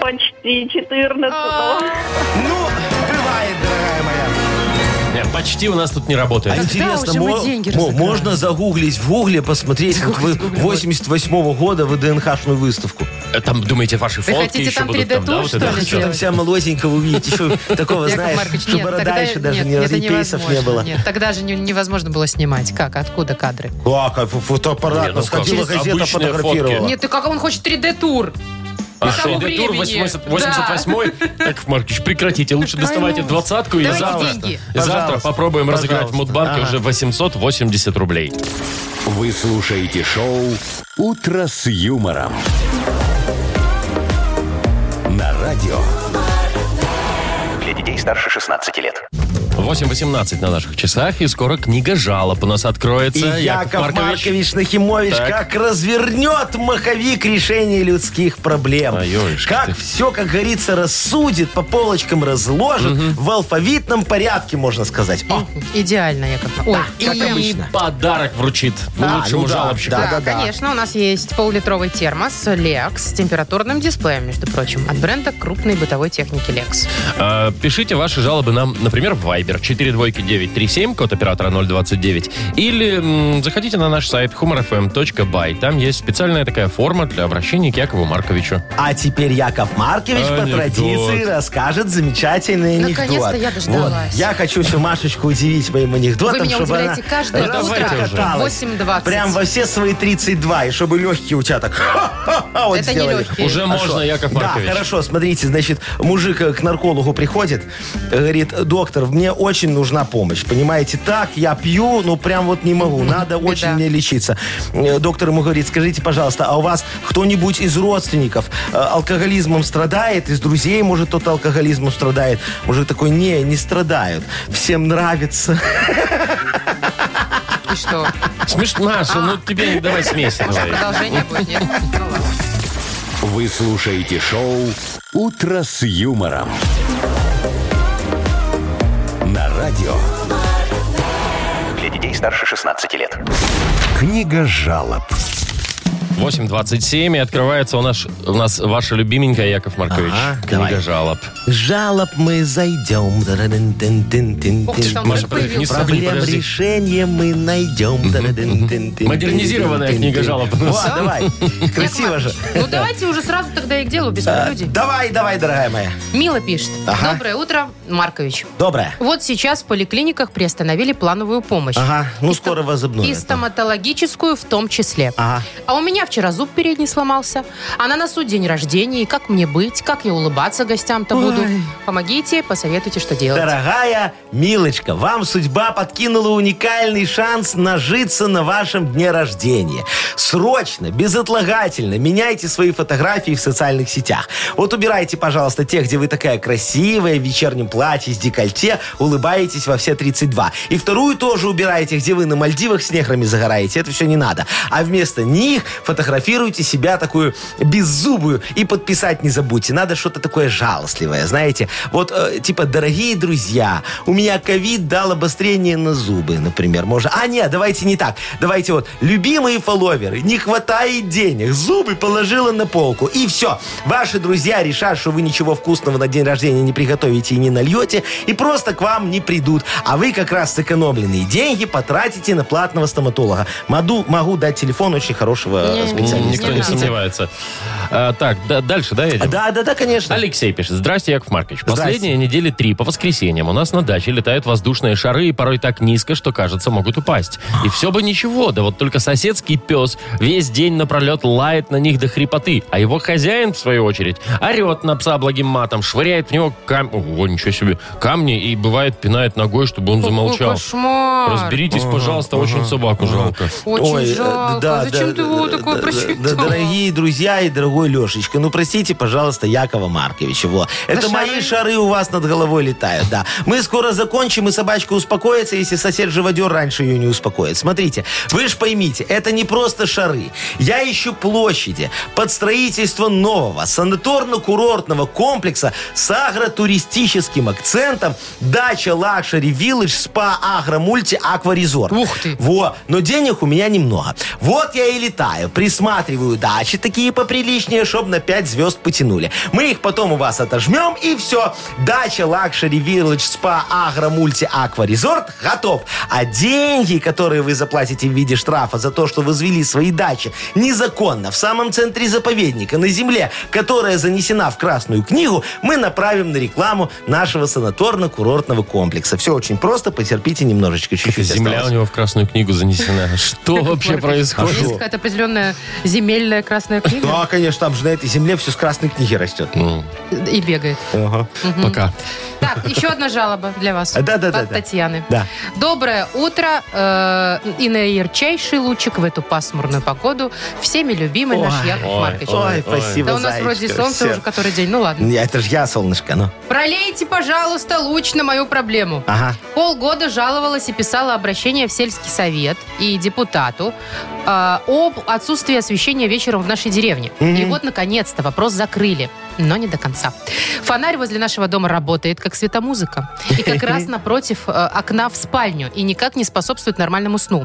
H: Почти 14
D: Ну, бывает, дорогая моя.
B: Нет, Почти у нас тут не работает.
D: А
C: Когда
D: интересно,
C: уже мы
D: мо-
C: деньги
D: мо-
C: разыграем?
D: можно загуглить в гугле, посмотреть вот вы- 88 года ВДНХшную выставку.
B: Э, Там, думаете, ваши
C: А Вы
B: фотки
C: хотите
B: еще
C: там
B: будут
C: 3D
B: там, да,
C: тур,
B: вот
C: что
B: это
C: ли,
B: всё?
D: Что там вся молоденького увидеть, еще такого,
C: Яков
D: знаешь,
C: Маркович,
D: что
C: нет,
D: борода
C: тогда-
D: еще даже
C: нет,
D: не раз-
C: это
D: и пейсов не
C: невозможно,
D: было.
C: нет. тогда же не- невозможно было снимать. Как? Откуда кадры?
D: Как, а фо- фотоаппарат,
B: Не, ну
D: ну, сходила
B: как, через
D: газета,
B: обычные
D: фотографировала.
B: фотки.
C: Нет, ты как он хочет 3D-тур?
B: А
C: К
B: что?
C: тому
B: Тур
C: времени.
B: 80 88 Так, Маркич, прекратите. Лучше доставайте
C: ну.
B: двадцатку и
C: Давайте
B: завтра.
C: деньги.
B: и Завтра
D: Пожалуйста.
B: попробуем разыграть в
D: Пожалуйста.
B: Мудбанке уже 880 рублей.
A: Вы слушаете шоу «Утро с юмором». На радио.
F: Для детей старше 16 лет.
B: 8.18 на наших часах, и скоро книга жалоб у нас
D: И
B: откроется.
D: Яков Маркович Нахимович
B: Так.
D: как развернет маховик решения людских проблем.
B: Ой, ёлочка
D: как
B: ты.
D: все, как говорится, рассудит, по полочкам разложит, в алфавитном порядке, можно сказать. О,
C: Идеально, Яков. Маркович. Ой,
D: как
B: И
D: обычно.
B: подарок вручит
D: А,
B: лучшему
D: ну да,
B: жалобщику.
D: да.
C: конечно, у нас есть полулитровый термос Lex с температурным дисплеем, между прочим, от бренда крупной бытовой техники Lex.
B: Э, Пишите ваши жалобы нам, например, в Viber 42937, код оператора 029, или м, заходите на наш сайт humorfm.by. Там есть специальная такая форма для обращения к Якову Марковичу.
D: А теперь Яков Маркович по
B: Анекдот.
D: традиции расскажет замечательный анекдот.
C: Наконец-то я дождалась.
D: Вот. Я хочу всю Машечку удивить моим анекдотом,
C: Вы меня
D: чтобы она
C: удивляете каждое
B: Да
C: утро.
B: давайте уже.
D: раскаталась.
C: 8.20.
D: Прям во все свои 32, и чтобы легкие у тебя так ха-ха-ха вот
C: Это не
D: сделали. А
C: легкие.
B: Уже можно, Яков Маркович.
D: Да, хорошо, смотрите, значит, мужик э, к наркологу приходит, э, говорит, доктор, мне очень нужна помощь, понимаете, так, я пью, но прям вот не могу, надо
C: Беда.
D: очень мне лечиться. Э, Доктор ему говорит, скажите, пожалуйста, а у вас кто-нибудь из родственников э, алкоголизмом страдает, из друзей, может, кто-то алкоголизмом страдает? Мужик такой, не, не страдают, всем нравится.
C: И что?
B: Смешно, Маша, ну тебе давай смейся. давай.
C: Продолжение будет, нет? Ну ладно.
A: Вы слушаете шоу «Утро с юмором». На радио.
F: Для детей старше 16 лет.
A: Книга жалоб.
B: 8.27, и открывается у нас, у нас ваша любименькая, Яков Маркович.
D: Ага,
B: книга
D: давай.
B: жалоб.
D: Жалоб мы зайдем. М-м-м. Дрын-дын-дын-дын-дын.
C: Ух ты, там
B: Маша,
C: Ой,
B: подожди, не
C: появился.
B: сопли,
D: Проблем
B: подожди.
D: решения мы найдем. Дрын-дын-дын-дын-дын.
B: Модернизированная книга жалоб у нас.
D: Вот, давай. Красиво же.
C: Ну давайте уже сразу тогда и к делу, без прелюдий.
D: Давай, давай, дорогая моя.
C: Мила пишет.
D: Ага.
C: Доброе утро, Маркович.
D: Доброе.
C: Вот сейчас в поликлиниках приостановили плановую помощь.
D: Ага, ну скоро
C: И
D: возобновят.
C: стоматологическую в том числе.
D: Ага.
C: А у меня меня вчера зуб передний сломался, а на носу день рождения, и как мне быть, как я улыбаться гостям-то буду. Помогите, посоветуйте, что делать.
D: Дорогая Милочка, вам судьба подкинула уникальный шанс нажиться на вашем дне рождения. Срочно, безотлагательно меняйте свои фотографии в социальных сетях. Вот убирайте, пожалуйста, те, где вы такая красивая, в вечернем платье, с декольте, улыбаетесь во все 32. И вторую тоже убирайте, где вы на Мальдивах с неграми загораете. Это все не надо. А вместо них фотографируйте себя такую беззубую и подписать не забудьте. Надо что-то такое жалостливое, знаете. Вот, э, типа, дорогие друзья, у меня ковид дал обострение на зубы, например. Можно... А, нет, давайте не так. Давайте вот, любимые фолловеры, не хватает денег, зубы положила на полку. И все. Ваши друзья решат, что вы ничего вкусного на день рождения не приготовите и не нальете, и просто к вам не придут. А вы как раз сэкономленные деньги потратите на платного стоматолога. Маду, могу дать телефон очень хорошего э,
C: Не,
D: специалиста.
B: Никто не
C: надо.
B: сомневается. А, так, да- дальше, да, едем?
D: Да, да, да, конечно.
B: Алексей пишет. Здрасте, Яков Маркович.
D: Здрасте.
B: Последние недели три по воскресеньям у нас на даче летают воздушные шары и порой так низко, что, кажется, могут упасть. И все бы ничего, да вот только соседский пес весь день напролет лает на них до хрипоты, а его хозяин, в свою очередь, орет на пса благим матом, швыряет в него кам... Ого, ничего себе. камни и, бывает, пинает ногой, чтобы он
C: Какой
B: замолчал.
C: кошмар.
B: Разберитесь, пожалуйста, очень собаку жалко.
C: Очень
D: Ой, э,
C: жалко.
D: да,
C: Зачем
D: да,
C: ты его
D: да,
C: такое
D: да,
C: прочитал?
D: да, дорогие друзья и дорогой Лешечка, ну простите, пожалуйста, Якова Марковича. Во. Это мои
C: шары?
D: шары у вас над головой летают, да. Мы скоро закончим, и собачка успокоится, если сосед-живодер раньше ее не успокоит. Смотрите, вы ж поймите, это не просто шары. Я ищу площади под строительство нового санаторно-курортного комплекса с агротуристическим акцентом «Дача Лакшери Вилледж Спа Агро Мульти Аква Резорт».
C: Ух ты.
D: Во, но денег у меня немного. Вот я и летаю, присматриваю дачи такие поприличнее, чтоб на 5 звезд потянули. Мы их потом у вас отожмем, и все. Дача Лакшери Village Спа Агро Мульти Аква Резорт готов. А деньги, которые вы заплатите в виде штрафа за то, что вы возвели свои дачи незаконно в самом центре заповедника, на земле, которая занесена в Красную книгу, мы направим на рекламу нашего санаторно-курортного комплекса. Все очень просто, потерпите немножечко, чуть-чуть
B: Земля у
D: осталось.
B: него в красную книгу занесена. Что вообще происходит?
C: Есть какая-то определенная земельная красная книга
D: Да, Ну, а, конечно, там же на этой земле все с красной книги растет.
C: и бегает.
B: Ну, Пока.
C: Так, еще одна жалоба для вас.
D: А, да-да-да-да.
C: От Татьяны.
D: Да.
C: Доброе утро э, и наярчайший лучик в эту пасмурную погоду. Всеми любимый наш
D: Ой,
C: Яков
B: ой,
C: Маркович.
B: ой,
D: спасибо,
C: Да у нас
D: зайчка,
C: вроде и солнце
D: всё.
C: уже который день. Ну ладно.
D: Не, Это же я, солнышко, ну.
C: Пролейте, пожалуйста, луч на мою проблему.
D: Ага.
C: Полгода жаловалась и писала обращение в сельский совет и депутату э, об отсутствии освещения вечером в нашей деревне. И вот, наконец-то, вопрос закрыли, но не до конца. Фонарь возле нашего дома работает как светомузыка. И как раз напротив э, окна в спальню. И никак не способствует нормальному сну.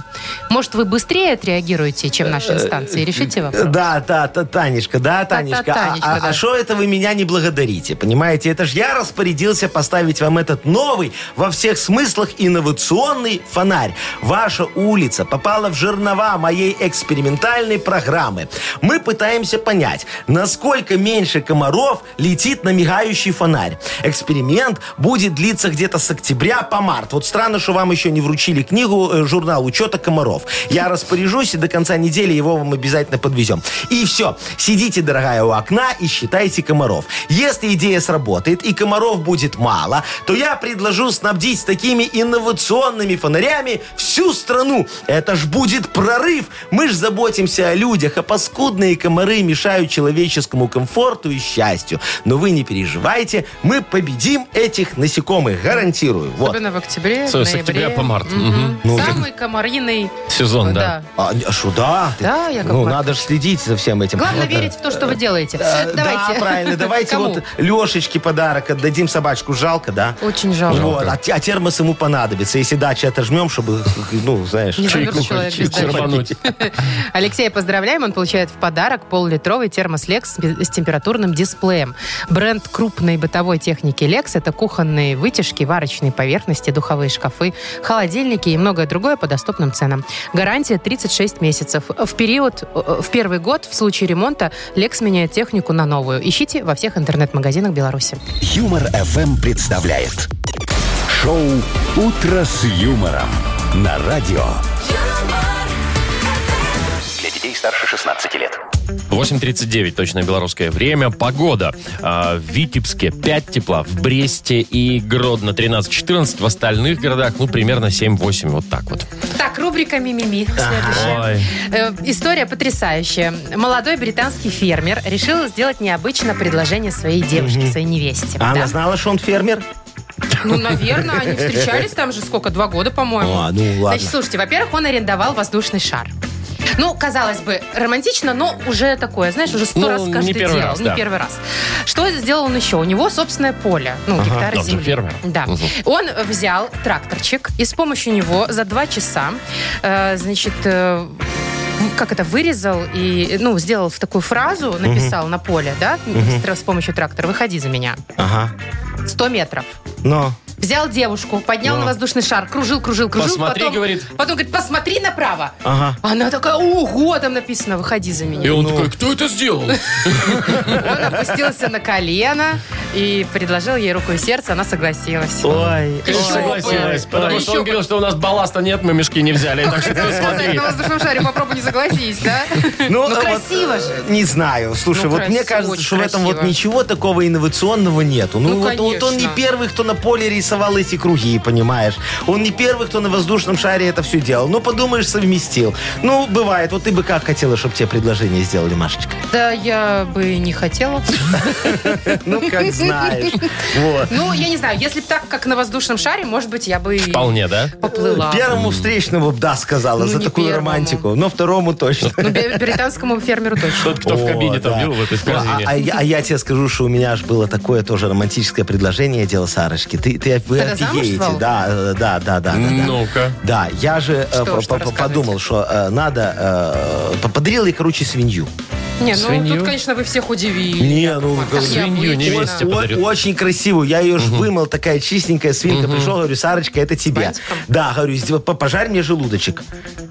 C: Может, вы быстрее отреагируете, чем
D: Э,
C: наши инстанции? Решите вопрос?
D: Да, да, та, Танечка, да, Танечка. А-
C: Танечка, да.
D: А что это вы меня не благодарите, понимаете? Это же я распорядился поставить вам этот новый, во всех смыслах инновационный фонарь. Ваша улица попала в жернова моей экспериментальной программы. Мы пытаемся понять, насколько меньше комаров летит на мигающий фонарь. Эксперимент будет длиться где-то с октября по март. Вот странно, что вам еще не вручили книгу, э, журнал «Учета комаров». Я распоряжусь, и до конца недели его вам обязательно подвезем. И все. Сидите, дорогая, у окна и считайте комаров. Если идея сработает и комаров будет мало, то я предложу снабдить такими инновационными фонарями всю страну. Это ж будет прорыв. Мы ж заботимся о людях, а паскудные комары мешают человеческому комфорту и счастью. Но вы не переживайте, мы победим этих насекомых, гарантирую. Вот.
C: Особенно в октябре,
B: С- с
C: в ноябре.
B: октября по март.
C: Мгм.
B: Мгм.
D: Ну,
C: Самый комариный.
B: Сезон, да.
C: да.
D: А, не, а что, да? Ты-
C: Да, Яков
D: Ну,
C: Маркович.
D: надо же следить за всем этим.
C: Главное
D: Вот, да.
C: верить в то, что вы делаете.
D: Э,
C: Давайте.
D: Да, правильно. Давайте
C: Кому?
D: вот Лешечке подарок отдадим собачку. Жалко, да?
C: Очень жалко.
D: Вот, а, те- а термос ему понадобится. Если дачи отожмем, чтобы, ну, знаешь...
C: Не
B: Чайку
C: замерз человек без
B: чайку рвануть.
C: дачи. Алексея поздравляем. Он получает в подарок пол-литровый термос Lex с- с температурным дисплеем. Бренд крупной бытовой техники Lex – это кухонные вытяжки, варочные поверхности, духовые шкафы, холодильники и многое другое по доступным ценам. Гарантия 36 месяцев. В период, э, в первый год, в случае ремонта, Lex меняет технику на новую. Ищите во всех интернет-магазинах Беларуси.
A: Юмор FM представляет шоу Утро с юмором на радио.
F: Для детей старше 16 лет.
B: 8.39, точное белорусское время. Погода. А, в Витебске 5 тепла, в Бресте и Гродно 13-14, в остальных городах, ну, примерно 7-8, вот так вот.
C: Так, рубрика «Мимими» следующая.
B: Ой.
C: Э, История потрясающая. Молодой британский фермер решил сделать необычное предложение своей девушке, своей невесте.
D: А
C: Да.
D: она знала, что он фермер?
C: Ну, наверное, они встречались там же сколько, два года, по-моему.
D: А, ну ладно.
C: Значит, слушайте, во-первых, он арендовал воздушный шар. Ну, казалось бы, романтично, но уже такое, знаешь, уже сто
B: Ну,
C: раз
B: не
C: каждый
B: первый
C: делал,
B: раз,
C: не
B: да.
C: первый раз. Что сделал он еще? У него собственное поле, ну, гектары
B: он же
C: земли.
B: фермер.
C: Да.
B: Мгм.
C: Он взял тракторчик и с помощью него за два часа, э, значит, э, в- как это, вырезал и, ну, сделал в такую фразу, написал на поле, да, с помощью трактора, выходи за меня,
D: Ага.
C: 100 метров.
D: Но.
C: Взял девушку, поднял на воздушный шар, кружил, кружил, кружил.
B: Ну. Посмотри,
C: потом,
B: говорит.
C: Потом говорит, посмотри направо.
D: Ага.
C: Она такая, ого, там написано, выходи за
B: И
C: меня.
B: он такой, кто это сделал?
C: Он опустился на колено и предложил ей руку и сердце, она согласилась.
D: Ой.
B: Конечно, согласилась, потому что он говорил, что у нас балласта нет, мы мешки не взяли. Так что ты
C: Сказать ну,
B: смотри.
C: на воздушном шаре, попробуй не согласись, да?
B: Ну,
C: Ну,
B: а
D: э, вот,
C: красиво
D: э,
C: же.
D: Не знаю. Слушай,
C: Ну,
D: вот мне
C: красиво,
D: кажется,
C: очень
D: что в этом вот
C: красиво.
D: ничего такого инновационного нету. Ну,
C: Ну,
D: вот, вот он не
C: конечно.
D: первый, кто на поле рисовал эти круги, понимаешь? Он не первый, кто на воздушном шаре это все делал. Ну, подумаешь, совместил. Ну, бывает. Вот ты бы как хотела, чтобы тебе предложение сделали, Машечка?
C: Да, я бы не хотела.
D: Ну, как знаешь. Вот.
C: Ну, я не знаю, если бы так, как на воздушном шаре, может быть, я бы и
B: Вполне, да?
C: поплыла.
D: Первому встречному, б да, сказала,
C: Ну,
D: за
C: не
D: такую
C: первому.
D: романтику. Но второму точно.
C: Ну, бе- британскому фермеру точно.
B: Тот, кто в
D: О,
B: кабине там
D: да.
B: бил, в этой в
D: Ну, а- А,
B: корзине.
D: я, а я тебе скажу, что у меня аж было такое тоже романтическое предложение, дело Сарочки. Ты, ты вы
C: Когда замуж
D: офигеете.
C: звал?
D: Да, э, да, да, да, да. да.
B: Ну-ка.
D: Да, я же э,
C: Что,
D: по-
C: что
D: по-
C: рассказывайте?
D: подумал, что э, надо... э, по- подарил ей, короче, свинью.
C: Не, ну,
B: Свинью?
C: тут, конечно, вы всех удивили.
D: Не, ну,
C: Яков
D: как
C: Маркович,
B: свинью
C: необычно.
B: невесте.
D: О-
B: подарил.
D: Очень красивую. Я ее ж вымыл, такая чистенькая свинка. Пришел, говорю, Сарочка, это тебе.
C: бантиком?
D: Да, говорю, «Сделай- по- пожарь мне желудочек.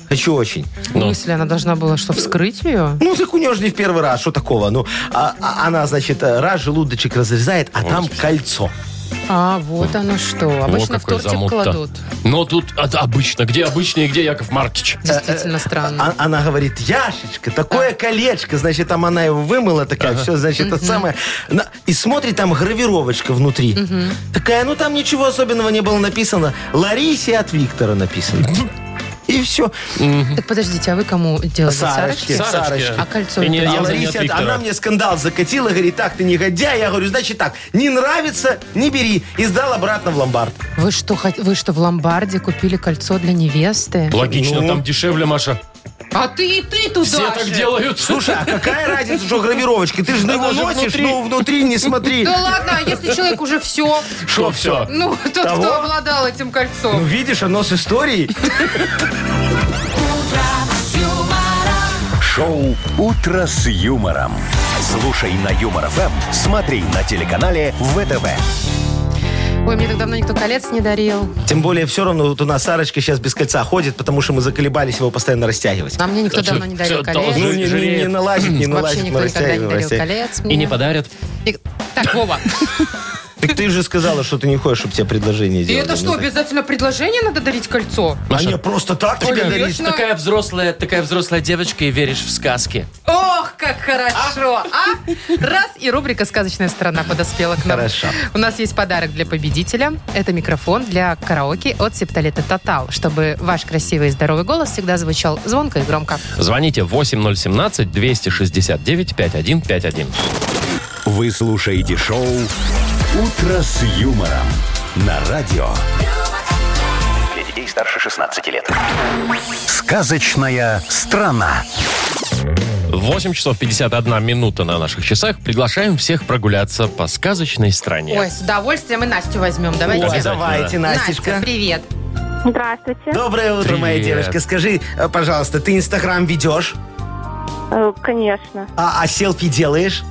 D: Хочу очень.
B: Ну.
C: В смысле, она должна была что, вскрыть ее?
D: Ну, так у нее же не в первый раз, что такого? Ну, а- а- она, значит, э, раз желудочек разрезает, а там кольцо.
C: А, вот оно что. Обычно
B: Во,
C: в
B: какой
C: тортик
B: замут-то.
C: кладут.
B: Но тут от- обычно. Где обычно и где Яков Маркич?
C: Э, Действительно странно.
D: А- она говорит, Яшечка, такое колечко. Значит, там она его вымыла такая, все, значит, это самое. На- И смотрит, там гравировочка внутри. Такая, ну там ничего особенного не было написано. Ларисе от Виктора написано. И все.
C: Так подождите, а вы кому делали?
D: Сарочки.
C: Сарочки?
D: Сарочки.
C: А кольцо?
B: И не-
C: это
D: А
B: я
C: делали?
B: за- не
D: Ларисе
B: от
D: от-
B: Виктора.
D: она мне скандал закатила, говорит, так ты негодяй. Я говорю, значит так, не нравится, не бери. И сдал обратно в ломбард.
C: Вы что, хот- вы что, в ломбарде купили кольцо для невесты?
B: Логично, там дешевле, Маша.
C: А ты и ты туда
B: Все так
C: же.
B: делают.
D: Слушай, а какая разница, что гравировочка? Ты же на его
B: Она же
D: носишь,
B: внутри.
D: но внутри не смотри.
C: Да ладно, а если человек уже все,
B: что все?
C: ну, тот,
D: Того?
C: кто обладал этим
D: Ну,
C: кольцом.
D: видишь, оно с историей.
A: Шоу «Утро с юмором». Слушай на Юмор ФМ, смотри на телеканале ВТВ.
B: Ну.
C: Ой, мне так давно никто колец не дарил.
D: Тем более, все равно вот у нас Сарочка сейчас без кольца ходит, потому что мы заколебались его постоянно растягивать.
C: А мне никто
B: Всё-
C: давно не дарил
B: всё
C: колец.
B: должно
D: Ну, не, не, не налазит, не
C: Вообще
D: налазит, мы
C: никто никогда не
D: растягиваем,
C: дарил
D: растягиваем.
C: колец.
B: И не
C: мне.
B: подарят.
C: И- Так, Вова,
D: Так ты же сказала, что ты не хочешь, чтобы тебе предложение
C: и
D: делали.
C: это что,
D: Ну, так.
C: обязательно предложение надо дарить кольцо?
D: А не, просто так тебе
C: Конечно.
D: дарить?
I: Такая взрослая, такая взрослая девочка и веришь в сказки.
C: Ох, как хорошо! А? Раз, и рубрика «Сказочная страна» подоспела к нам.
D: Хорошо.
C: У нас есть подарок для победителя. Это микрофон для караоке от септолета «Тотал», чтобы ваш красивый и здоровый голос всегда звучал звонко и громко.
B: Звоните 8017-269-5151.
A: Вы слушаете шоу «Утро с юмором» на радио.
F: Для детей старше 16 лет.
A: «Сказочная страна».
B: 8 часов 51 минута на наших часах. Приглашаем всех прогуляться по сказочной стране.
C: Ой, с удовольствием и Настю возьмем. Давайте.
D: Ой, давайте,
C: Настя,
D: Настечка.
C: привет.
H: Здравствуйте.
D: Доброе утро, моя
B: Привет.
D: девочка. Скажи, э, пожалуйста, ты Инстаграм ведешь,
H: Э, Конечно.
D: а, а селфи делаешь?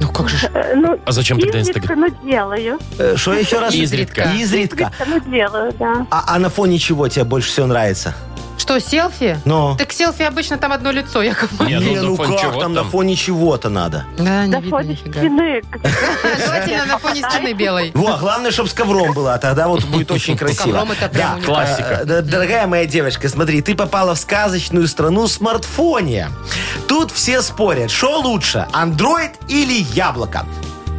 C: Ну как же ж.
H: Э, Ну,
B: А зачем тогда
H: изредка,
B: Инстаграм?
H: Ну, делаю.
D: Э, Что еще раз?
B: Изредка.
D: Изредка.
H: Изредка, Ну, делаю, да.
D: А, а на фоне чего тебе больше всего нравится?
C: Что, селфи?
D: Ну?
C: Так селфи обычно там одно лицо, Яков Маркович.
B: Не, ну,
D: Не,
B: на
D: ну
B: фоне
D: как
B: чего
D: там на
B: там?
D: фоне чего-то надо?
C: Да, не
H: Да
C: видно
H: ходишь
C: нифига.
H: стены.
C: Желательно на фоне стены белой.
D: Во, главное, чтобы с ковром была, а тогда вот будет очень красиво.
C: ковром это прям
D: Да.
C: уникально.
B: Классика.
D: Э, э, Дорогая моя девочка, смотри, ты попала в сказочную страну смартфония. Тут все спорят, что лучше, Android или яблоко.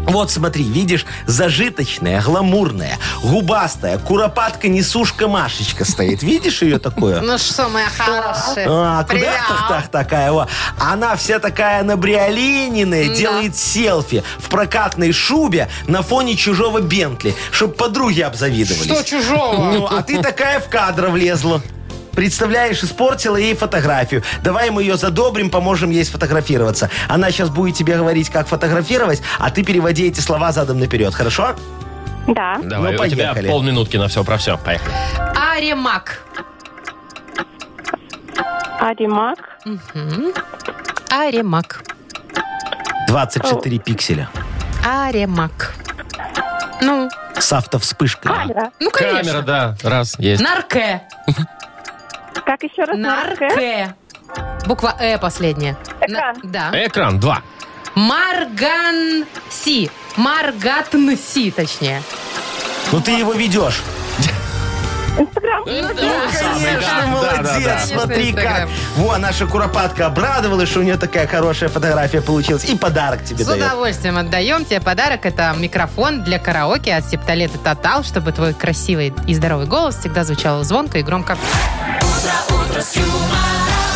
D: Вот смотри, видишь, зажиточная, гламурная, губастая, куропатка, несушка Машечка стоит. Видишь ее такое?
C: Ну что, моя хорошая.
D: А, куда
C: Привет.
D: так, так, такая? О. Она вся такая набриолининая,
C: Да.
D: делает селфи в прокатной шубе на фоне чужого Бентли, чтобы подруги обзавидовались.
C: Что чужого?
D: Ну, а ты такая в кадр влезла. Представляешь, испортила ей фотографию. Давай мы ее задобрим, поможем ей сфотографироваться. Она сейчас будет тебе говорить, как фотографировать, а ты переводи эти слова задом наперед, хорошо?
H: Да.
B: Давай,
D: Ну,
B: у тебя
D: поехали.
B: полминутки на все про все. Поехали.
C: А, Аремак.
H: А Аримак.
C: Аремак.
D: 24 пикселя.
C: Аремак. Ну,
D: С автовспышкой.
H: Камера.
C: ну
B: Камера,
C: конечно.
B: да, раз, есть.
C: Нарке.
H: Как еще раз?
C: Нарке. Буква Э последняя.
H: Эка.
C: На- Да.
B: Экран, два.
C: Марганси. Маргатнси, точнее.
D: Ну ты его ведешь.
H: Инстаграм.
B: Ну, Да, самый, да,
D: Ну, Конечно,
B: да, да,
D: молодец,
B: да.
C: Конечно,
D: смотри
C: Инстаграм.
D: как. Во, наша куропатка обрадовалась, что у нее такая хорошая фотография получилась. И подарок тебе
C: С
D: дает.
C: удовольствием отдаем тебе подарок. Это микрофон для караоке от Септолета Тотал, чтобы твой красивый и здоровый голос всегда звучал звонко и громко.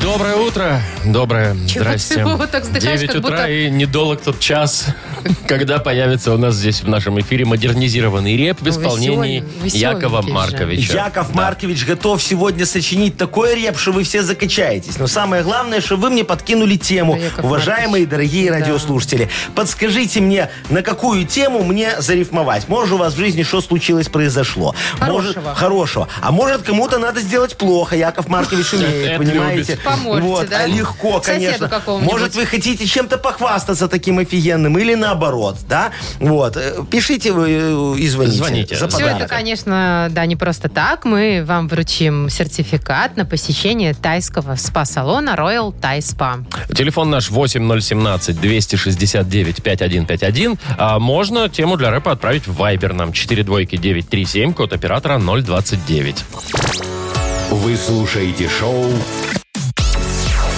B: Доброе утро. Доброе.
C: Чего
B: Здрасте.
C: ты его так вздыхаешь,
B: 9
C: как
B: утра
C: будто-
B: и недолг тот час, когда появится у нас здесь в нашем эфире модернизированный реп в
C: Ну,
B: исполнении
C: веселенький, веселенький
B: Якова
C: же.
B: Марковича.
D: Яков Маркович готов сегодня сочинить такой реп, что вы все закачаетесь. Но самое главное, что вы мне подкинули тему,
C: Да, Яков
D: уважаемые
C: Маркович,
D: дорогие
C: да.
D: радиослушатели. Подскажите мне, на какую тему мне зарифмовать? Может, у вас в жизни что случилось, произошло?
C: Хорошего.
D: Может, хорошего. А может, кому-то надо сделать плохо. Яков Маркович
B: Это
D: умеет, понимаете?
B: любит.
C: Поможете,
D: вот,
C: да?
D: а легко,
C: Соседу
D: конечно.
C: какому-нибудь.
D: Может, вы хотите чем-то похвастаться таким офигенным или наоборот, да? Вот. Э, Пишите вы э, и звоните.
B: Звоните.
D: За
B: Всё
C: Все это,
D: подарок.
C: конечно, да, не просто так. Мы вам вручим сертификат на посещение тайского спа-салона Royal Thai Spa.
B: Телефон наш 8017-269-5151. А можно тему для рэпа отправить в Viber нам 42937, код оператора 029.
A: Вы слушаете шоу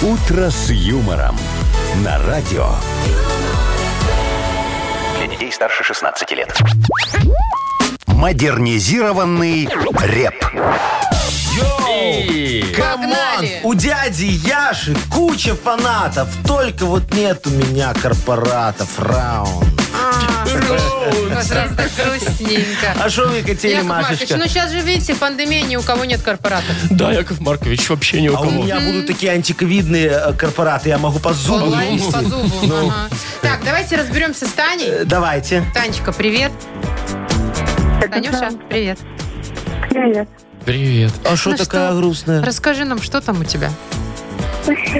A: «Утро с юмором» на радио.
F: Для детей старше 16 лет.
A: Модернизированный реп.
B: И-
D: Камон!
C: Погнали!
D: У дяди Яши куча фанатов, только вот нет у меня корпоратов, раунд.
C: Просто грустненько.
D: А что вы хотели,
C: Яков Маркович,
D: Машечка?
C: ну сейчас же, видите, пандемия, ни у кого нет корпоратов.
B: Да, Яков Маркович, вообще ни
C: ну
B: у
D: а у
B: кого.
D: меня будут такие антиковидные э, корпораты, я могу по зубу. Ну.
C: Онлайн
D: лезть.
C: по зубу. Ага. Так, давайте разберемся с Таней.
D: Э, Давайте.
C: Танечка, привет. Танюша, привет.
H: Привет.
B: Привет.
D: А что
C: Ну
D: такая
C: что?
D: грустная?
C: Расскажи нам, что там у тебя?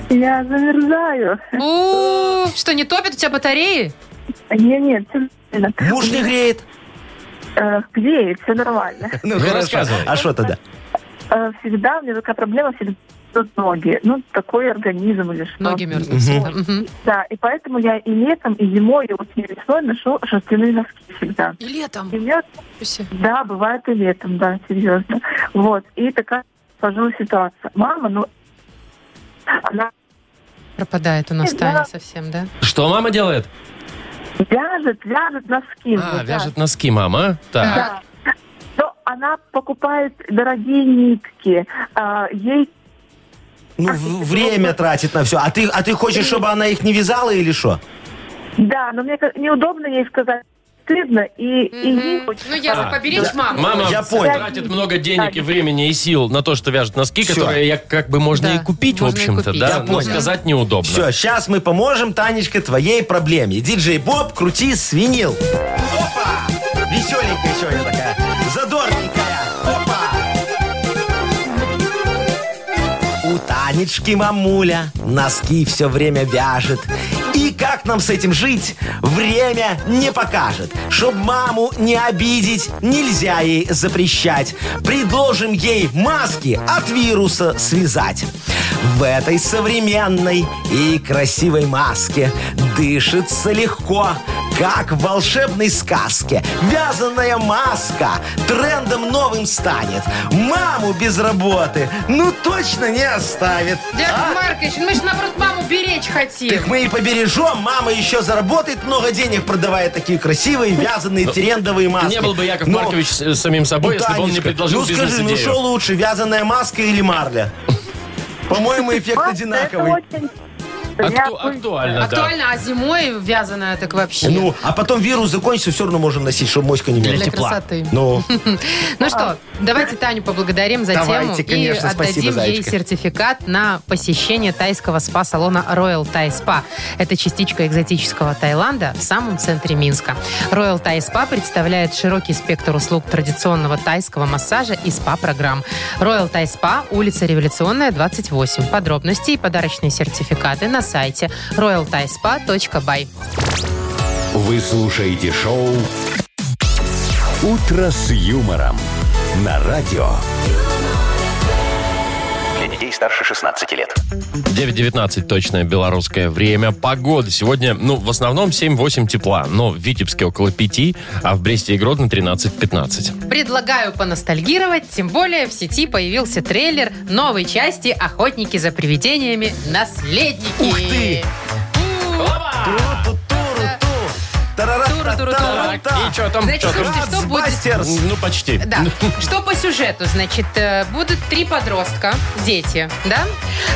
H: Я замерзаю.
C: У, Что, не топят у тебя батареи?
H: Нет, нет, все нормально.
D: Муж не греет?
H: Э, Где все нормально.
B: Ну, рассказывай.
D: А что тогда?
H: Э, Всегда, у меня такая проблема, всегда мерзнут ноги. Ну, такой организм или что.
C: Ноги мерзнут.
D: Мгм.
C: всегда. Мгм.
H: Да, и поэтому я и летом, и зимой, и осенью, и весной ношу шерстяные носки всегда.
C: И летом.
H: И у меня
C: Пусть.
H: Да, бывает и летом, да, серьезно. Вот, и такая сложилась ситуация. Мама, ну, она
C: Пропадает у нас
H: Да.
C: Таня совсем, да?
B: Что мама делает?
H: вяжет, вяжет носки. мне,
B: А,
H: да.
B: вяжет носки мама. Так.
H: Да. Но она покупает дорогие нитки. а, ей,
D: Ну, в- время тратит на все. А ты, а ты хочешь, чтобы она их не вязала или что?
H: да, но мне как- неудобно ей сказать, стыдно, и, и ей
C: Мгм.
H: хочется-
C: Ну, я же
B: А,
C: поберечь маму.
B: Мама
D: Я понял.
B: тратит много денег и времени и сил на то, что вяжет носки,
D: Всё.
B: которые я- как бы можно
C: Да,
B: и купить, в
C: можно и
B: общем-то,
C: купить.
B: да?
C: Я
B: Но
D: понял.
B: сказать неудобно.
D: Все, сейчас мы поможем, Танечка, твоей проблеме. Диджей Боб, крути свинил. Опа! Веселенькая сегодня такая, задорненькая. Опа! У Тани Ножнички мамуля, носки все время вяжет. И как нам с этим жить, время не покажет. Чтоб маму не обидеть, нельзя ей запрещать. Предложим ей маски от вируса связать. В этой современной и красивой маске дышится легко, как в волшебной сказке. Вязаная маска трендом новым станет. Маму без работы ну точно не оставит.
C: Дед
D: А?
C: Маркович, мы же наоборот маму беречь хотим.
D: Так мы и побережем, мама еще заработает много денег, продавая такие красивые, вязаные, трендовые маски.
B: Ну, Не был бы Яков
D: Ну,
B: Маркович с- самим собой, если бы он не
D: Танечка,
B: предложил
D: Ну скажи, ну что
B: бизнес-идею.
D: лучше, вязаная маска или марля? По-моему, эффект
H: Маска,
D: одинаковый.
H: Это очень
B: Акту-
H: мягкую-
B: актуально, да.
C: Актуально, а зимой вязаная так вообще.
D: Ну, а потом вирус закончится, все равно можем носить, чтобы моська не
C: Для
D: мерзла.
C: красоты.
D: Ну,
C: Ну что, давайте Таню поблагодарим за
D: а. Давайте,
C: тему
D: конечно,
C: и
D: спасибо,
C: отдадим ей
D: зайчка.
C: сертификат на посещение тайского спа-салона Royal Thai Spa. Это частичка экзотического Таиланда в самом центре Минска. Royal Thai Spa представляет широкий спектр услуг традиционного тайского массажа и спа-программ. Royal Thai Spa, улица Революционная, 28. Подробности и подарочные сертификаты на сайте royalthaispa.by.
A: Вы слушаете шоу «Утро с юмором» на радио.
F: Для детей старше 16 лет.
B: 9.19 точное белорусское время. Погода сегодня, ну, в основном 7-8 тепла, но в Витебске около 5, а в Бресте и Гродно 13-15.
C: Предлагаю поностальгировать, тем более в сети появился трейлер новой части «Охотники за привидениями. Наследники».
D: Ух ты! А
C: Туру-туру-туру.
B: Так, и что там?
C: Значит,
B: чё там?
C: слушайте, что будет...
B: Ну, почти.
C: Да. Что по сюжету, значит, э, будут три подростка, дети, да,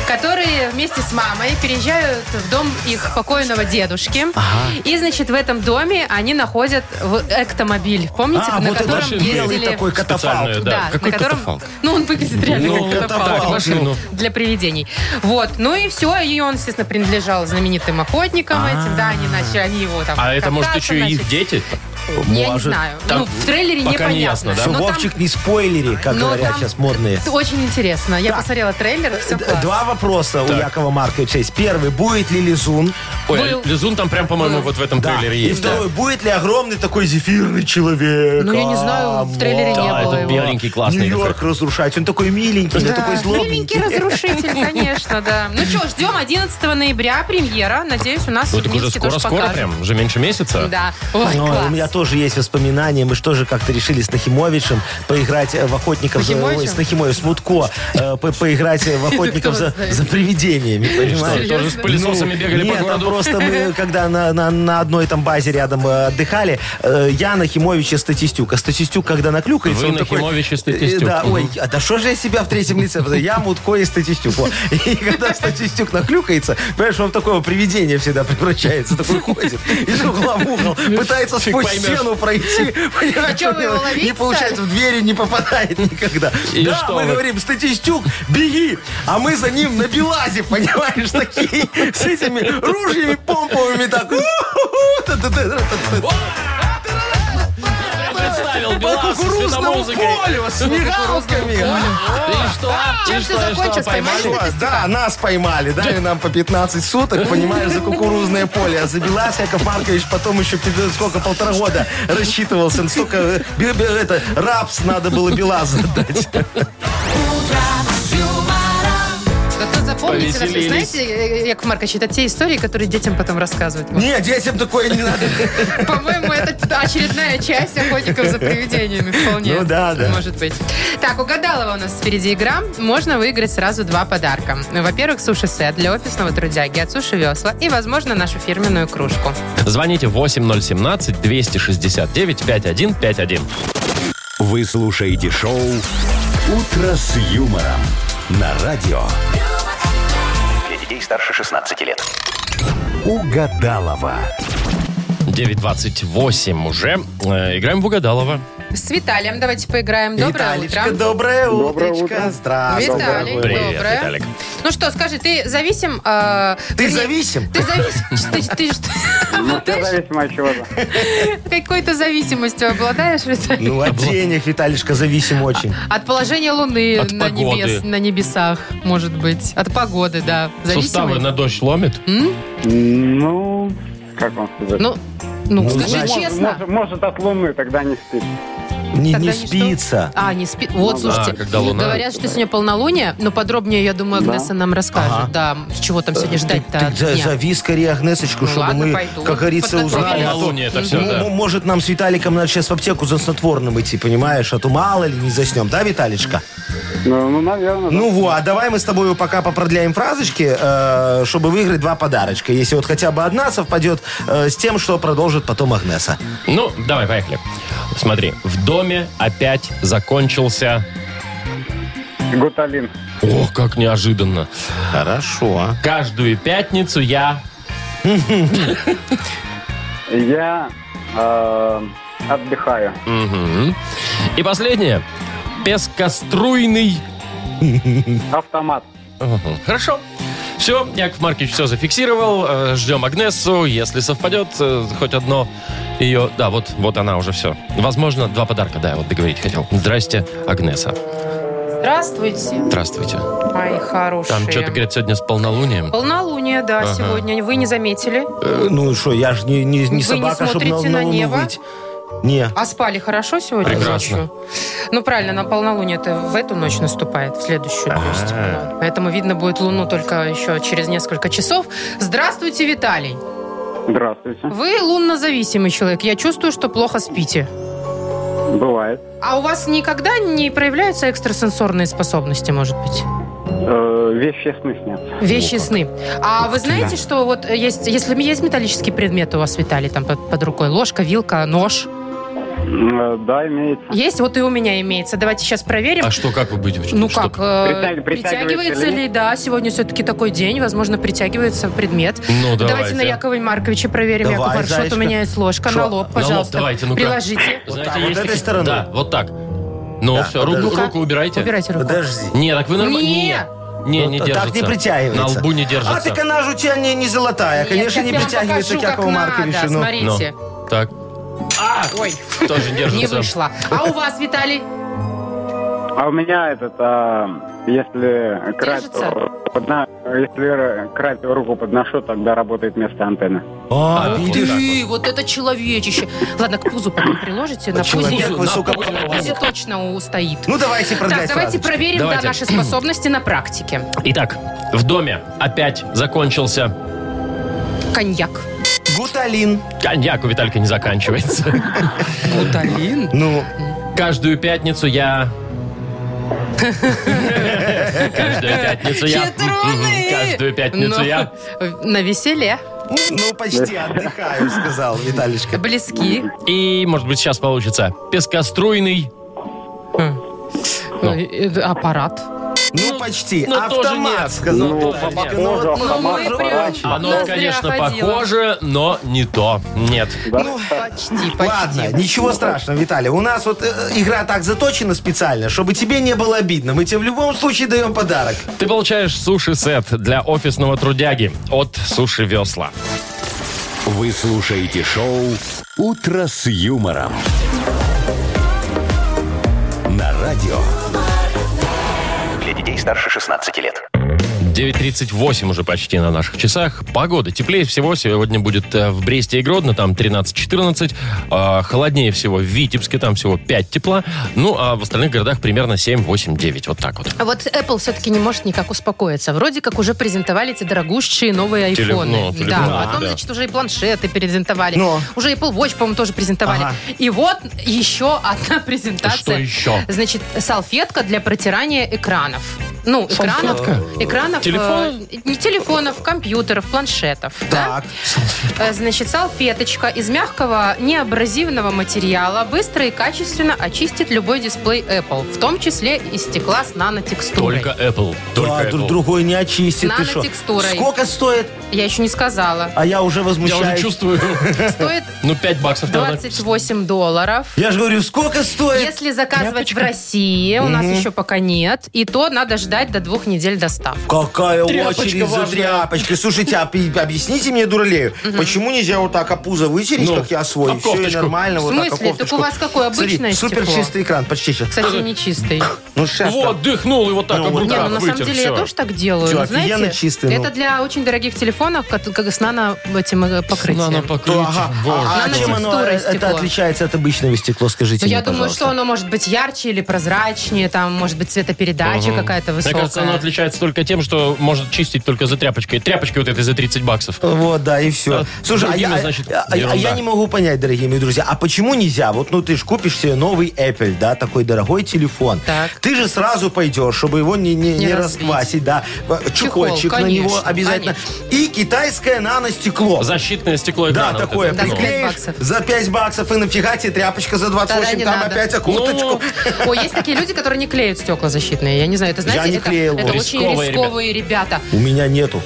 C: которые вместе с мамой переезжают в дом их покойного дедушки. И, значит, в этом доме они находят в эктомобиль. Помните,
D: А,
C: на
D: вот это
C: котором
B: машина.
D: белый
C: ездили...
D: такой катафалк.
B: Специальную, Э, да.
C: на
B: Какой
C: котором...
B: катафалк?
C: Ну, он выглядит реально
B: Ну,
C: как
B: катафалк, ну.
C: катафалк.
B: машину.
C: Для привидений. Вот. Ну и все. И он, естественно, принадлежал знаменитым охотникам этим. Да, они начали, они его там...
B: А это, может,
C: кататься
B: еще и их
C: начали.
B: дети?
C: Я не
D: Может.
C: знаю.
B: Там
C: Ну, в трейлере
B: пока не
C: непонятно.
B: ясно, да.
D: Всё,
C: Но Ну, там-
D: Вовчик, не спойлери, как
C: но
D: говорят
C: там
D: сейчас модные.
C: это Очень интересно. Я
D: Так.
C: посмотрела трейлер, все
D: Д-
C: классно.
D: Два вопроса у Якова Марковича есть. Первый, будет ли лизун?
B: Ой,
C: Был.
B: Лизун там прям, по-моему, вот в этом трейлере
D: И
B: есть. да.
D: второй, будет ли огромный такой зефирный человек?
C: Ну, я не знаю, в трейлере не
D: А,
C: было
D: это
C: его.
B: беленький, классный
D: Нью-Йорк разрушать. Он такой миленький,
C: Да,
D: он такой
C: миленький
D: злобненький.
C: разрушитель, конечно, да. Ну что, ждем 11 ноября премьера. Надеюсь, у нас
B: Ну,
C: в
B: так уже
C: Минске тоже
B: скоро-скоро
C: покажут.
B: прям, уже меньше месяца.
C: Да. Ой,
D: Ну,
C: класс.
D: у меня тоже есть воспоминания. Мы же тоже как-то решили с Нахимовичем поиграть э, в охотников за...
C: Нахимовичем?
D: Ой, с Нахимовичем, с Мутко. э, по- поиграть э, в охотников
C: кто
D: за,
C: вас знает?
D: за привидениями, понимаешь?
B: Тоже с пылесосами
D: Ну,
B: бегали по
D: нет, там
B: городу.
D: просто мы, когда на, на, на одной там базе рядом э, отдыхали, э, я Нахимович и Статистюк. А Статистюк, когда наклюкается,
B: Вы
D: он такой...
B: Нахимович и Статистюк.
D: Э, Да,
B: Мгм.
D: ой, а да что же я себя в третьем лице? Я Мутко и Статистюк. Во. И когда Статистюк наклюкается, понимаешь, он в такое привидение всегда превращается. Такой ходит из угла в угол,
B: Ну,
D: пытается сквозь
B: поймешь.
D: стену пройти. Понимаешь,
C: что,
D: у
C: А вы
D: него
C: его ловить
D: не получается, в двери не попадает никогда.
B: И
D: да,
B: что
D: мы
B: вы?
D: говорим, Статистюк, беги! А мы за ним на Белазе, понимаешь, такие, с этими ружьями помповыми так.
B: Я представил
D: По
B: Белас с
D: кукурузному
B: музыкой.
D: полю, с мигалками.
B: И что?
C: Чем
B: И
C: ты
B: что, и что,
C: закончил?
B: поймали?
C: Поймали?
D: Вас, Да, нас поймали, дали нам по 15 суток, понимаешь, за кукурузное поле. А забилась Яков Маркович потом еще пи- сколько, полтора года рассчитывался. Столько э, бе- бе- это, рапс надо было Белазу отдать.
C: Зато запомните, раз-
B: Повеселились.
C: знаете, э, Яков Маркович, это те истории, которые детям потом рассказывают.
D: Не, детям такое не надо.
C: По-моему, это типа очередная часть охотников за привидениями вполне.
D: Ну да, да.
C: Может быть. Так, угадалова у нас впереди игра. Можно выиграть сразу два подарка. Во-первых, суши-сет для офисного трудяги от Суши Весла и, возможно, нашу фирменную кружку.
B: Звоните 8017-269-5151.
A: Вы слушаете шоу «Утро с юмором» на радио.
F: Для детей старше 16 лет.
A: Угадалова.
B: 9.28 уже. Э, Играем в Угадалова.
C: С Виталием давайте поиграем. Доброе
D: Виталечка,
C: утро.
D: доброе
G: Доброе
D: утречко.
G: утро.
D: Здравствуй.
C: Виталик,
D: дорогой.
B: Привет,
C: доброе.
B: Виталик.
C: Ну что, скажи, ты зависим... э,
D: Ты
C: при-
D: зависим?
C: Ты зависим? Ты- ты что, обладаешь
G: зависимо от чего-то.
C: Какой-то зависимостью обладаешь, Виталик?
D: Ну, от денег, Виталечка, зависим очень.
C: От положения Луны
B: От
C: на,
B: погоды.
C: небес, на небесах, может быть. От погоды, да.
B: Суставы
C: Зависимый?
B: на дождь ломит?
C: М?
G: Ну, как вам сказать?
C: Ну, ну,
D: Ну,
C: скажи
D: знаешь-
C: честно.
G: Может, может, от луны тогда не спит.
D: Не,
C: А, Тогда
D: не
C: что?
D: спится.
C: А, не спи. Вот,
G: Ну,
C: слушайте,
B: да, когда луна.
C: говорят, что сегодня полнолуние, но подробнее, я думаю,
G: Да.
C: Агнеса нам расскажет,
D: Ага.
C: да, с чего там
B: Э,
C: сегодня ждать-то
D: Ты
C: от
D: за-
C: дня.
D: зови скорее Агнесочку,
C: Ну
D: чтобы
C: ладно,
D: мы,
C: пойду.
D: как говорится,
C: Подготовлюсь.
D: узнали. а то-
B: Полнолуние это все,
D: М-
B: да.
D: м- Может, нам с Виталиком надо сейчас в аптеку за снотворным идти, понимаешь? А то мало ли не заснем, да, Виталечка?
G: Ну, ну, наверное.
D: Ну вот, а давай мы с тобой пока попродляем фразочки, э, чтобы выиграть два подарочка. Если вот хотя бы одна совпадет э, с тем, что продолжит потом Агнеса.
B: Ну, давай, поехали. Смотри, в доме опять закончился...
G: Гуталин.
B: О, как неожиданно.
D: Хорошо.
B: Каждую пятницу я...
G: Я э, отдыхаю.
B: Мгм. И последнее. Пескоструйный...
G: Автомат.
B: Мгм. Хорошо. Все, Яков Маркович все зафиксировал. Э, Ждем Агнесу. Если совпадет э, хоть одно ее... Да, вот, вот она уже все. Возможно, два подарка, да, я вот договорить хотел. Здрасте, Агнеса.
C: Здравствуйте,
B: Здравствуйте.
C: мои хорошие.
B: Там что-то, говорят, сегодня с полнолунием.
C: Полнолуние, да,
B: Ага.
C: сегодня. Вы не заметили?
D: ну и что, я же не, не, не
C: Вы не
D: собака, чтобы на,
C: смотрите на
D: на луну
C: небо?
D: выйти. Не.
C: А спали хорошо сегодня
B: Прекрасно.
C: ночью? Ну, правильно, на полнолуние-то в эту ночь наступает, в следующую, то есть. Да. Поэтому видно будет луну только еще через несколько часов. Здравствуйте, Виталий.
G: Здравствуйте.
C: Вы луннозависимый человек. Я чувствую, что плохо спите.
G: Бывает.
C: А у вас никогда не проявляются экстрасенсорные способности, может быть?
G: Э, вещественный снят.
C: Вещи сны. А вы знаете, что вот есть, если есть металлические предметы у вас, Виталий, там под, под рукой, ложка, вилка, нож,
G: Э, да, имеется.
C: есть, вот и у меня имеется. Давайте сейчас проверим.
B: А что, как вы будете?
C: Ну
B: Что-
C: как, э,
G: Притягивается
C: притягивается
G: или нет?
C: ли, да, сегодня все-таки такой день, возможно, притягивается предмет.
B: Ну,
C: Давайте на Якова Марковича проверим.
D: Давай,
C: Яков Маркович, вот
D: зайчка.
C: у меня есть ложка.
D: Шо?
C: На лоб, пожалуйста.
B: давайте, ну-ка.
C: Приложите.
D: Вот
B: Знаете,
D: так, вот
B: есть
D: этой
B: такие-
D: стороной.
B: Да, вот так. Ну,
D: Да,
B: все, руку,
D: подожди.
B: руку убирайте.
C: Убирайте руку.
D: Подожди.
B: Не, так вы нормально.
C: Не.
B: Не, не
D: Вот
B: держится.
D: Ну, Так не притягивается.
B: На лбу не
D: А ты
B: держится.
D: канажа у тебя не, не золотая.
C: Нет,
D: а, Конечно,
C: сейчас
D: не
C: я вам
D: притягивается
C: покажу,
D: к Якову
C: как надо.
D: Марковичу. ну.
C: Смотрите.
B: Так. А,
C: Ой,
B: тоже не
C: не
B: держится.
C: вышло. А у вас, Виталий?
G: А у меня этот, а, если крать,
C: Держится?
G: подна- если крать руку подношу, тогда работает вместо антенны.
D: А,
B: А,
D: видишь?
C: Ты, вот это человечище. Ладно, к пузу потом приложите. На
D: Человек
C: пузе,
D: высоко-
C: на пузе точно устоит.
D: Ну, давайте
C: Так,
D: продлять
C: давайте
D: фразочки.
C: проверим да,
B: Давайте.
C: наши способности на практике.
B: Итак, в доме опять закончился
C: Коньяк.
D: Гуталин.
B: коньяк у Виталька не заканчивается.
C: Гуталин.
D: Ну,
B: Каждую пятницу я... Каждую пятницу я...
C: Хитроны.
B: Мгм, Каждую пятницу я...
C: Ну, На веселе.
D: ну, почти отдыхаю, сказал Виталечка.
C: Близки.
B: И, может быть, сейчас получится. Пескоструйный.
C: Э, э, Аппарат.
D: Ну, почти.
B: ну, тоже
D: Автомат,
B: нет.
D: сказал
G: Ну,
D: Виталечка.
G: похоже,
D: Ну, вот,
G: автомат
D: ну,
C: же
D: прям-
C: врач.
B: Оно,
C: Ноздря
B: конечно,
C: ходила.
B: похоже, но не то. Нет.
C: Ну, Почти, почти.
D: Ладно, ничего страшного, Виталий. У нас вот э, игра так заточена специально, чтобы тебе не было обидно. Мы тебе в любом случае даем подарок.
B: Ты получаешь суши-сет для офисного трудяги от Суши Весла.
A: Вы слушаете шоу «Утро с юмором». На радио.
F: Для детей старше 16 лет.
B: 9.38 уже почти на наших часах. Погода. Теплее всего сегодня будет э, в Бресте и Гродно, там 13-14. А, Холоднее всего в Витебске, там всего 5 тепла. Ну, а в остальных городах примерно 7, 8, 9. Вот так вот.
C: А Вот Apple все-таки не может никак успокоиться. Вроде как уже презентовали эти дорогущие новые
B: Теле- ну,
C: айфоны.
B: телефоны,
C: Да, а потом,
B: да. Ну.
C: значит, уже и планшеты презентовали.
D: Но.
C: Уже Apple Watch, по-моему, тоже презентовали.
D: Ага.
C: И вот еще одна презентация.
B: А Что еще?
C: Значит, салфетка для протирания экранов. Ну, экранов.
J: Салфетка?
C: Экранов. э,
B: Телефон?
C: не телефонов, компьютеров, планшетов. да?
D: Так.
C: Э, Значит, салфеточка из мягкого неабразивного материала быстро и качественно очистит любой дисплей Apple, в том числе и стекла с нанотекстурой.
B: Только Apple. Только
D: Да,
B: Apple.
D: друг другой не очистит. Ты шо?
C: Нанотекстурой.
D: Сколько стоит?
C: Я еще не сказала.
D: А я уже
B: Я уже
D: возмущаюсь.
B: чувствую.
C: Стоит
B: Ну, 5 баксов надо.
C: 28 долларов.
D: Я же говорю, сколько стоит?
C: Если заказывать в России, у нас еще пока нет, и то надо ждать до двух недель доставки.
D: Какая
B: Тряпочка
D: очередь за
B: важная.
D: тряпочкой. Слушайте, а пи- объясните мне, дуралею, почему нельзя вот так о пузо вытереть,
B: Ну,
D: как я свой,
B: об
D: и все, и
B: кофточку.
D: нормально.
C: В
D: вот так о
C: смысле? Так у
D: кофточку?
C: вас какое,
D: Смотри,
C: обычное
D: супер
C: стекло?
D: чистый экран, почти сейчас.
C: Кстати, нечистый.
D: Ну, сейчас.
B: Вот, дыхнул и вот так
D: Ну,
B: об
D: вот
C: Не,
B: экран
C: ну на самом
B: вытер,
C: деле я
B: всё.
C: тоже так делаю.
D: Всё,
C: но, знаете,
D: офигенно чистый, ну.
C: это для очень дорогих телефонов, кот- как с нано этим э, покрытием.
D: То, ага.
B: Боже.
D: А, а
C: Нано-
D: чем оно
C: текстурой
D: э,
C: стекло.
D: это отличается от обычного стекла, скажите
C: Ну, я
D: мне,
C: думаю,
D: пожалуйста.
C: что оно может быть ярче или прозрачнее, там может быть цветопередача какая-то
B: Мне
C: высокая.
B: кажется, оно отличается только тем, что может чистить только за тряпочкой. Тряпочкой вот этой за 30 баксов.
D: Вот, да, и все.
B: Да,
D: Слушай, а я,
B: другими, значит,
D: а- а- а я
B: ерунда.
D: не могу понять, дорогие мои друзья, а почему нельзя? Вот, ну, ты же купишь себе новый Apple, да, такой дорогой телефон.
C: Так.
D: Ты же сразу пойдешь, чтобы его не, не,
C: Не
D: не
C: разбить.
D: расквасить, да. Чехольчик на
C: конечно,
D: него обязательно. И китайское наностекло.
B: Защитное стекло
D: Да,
B: экрана. вот
D: такое.
B: это.
C: Да, за пять
D: приклеишь
C: баксов.
D: за 5 баксов, и нафига тебе тряпочка за 28,
C: не
D: там
C: надо.
D: опять
B: Ну.
D: окурточку.
C: Ой, есть такие люди, которые не клеют стекла защитные. Я не знаю, это знаете,
D: Я не
C: это,
D: клеил,
C: это
D: вот.
C: очень
B: Рисковые
C: рисковые ребята.
D: У меня нету.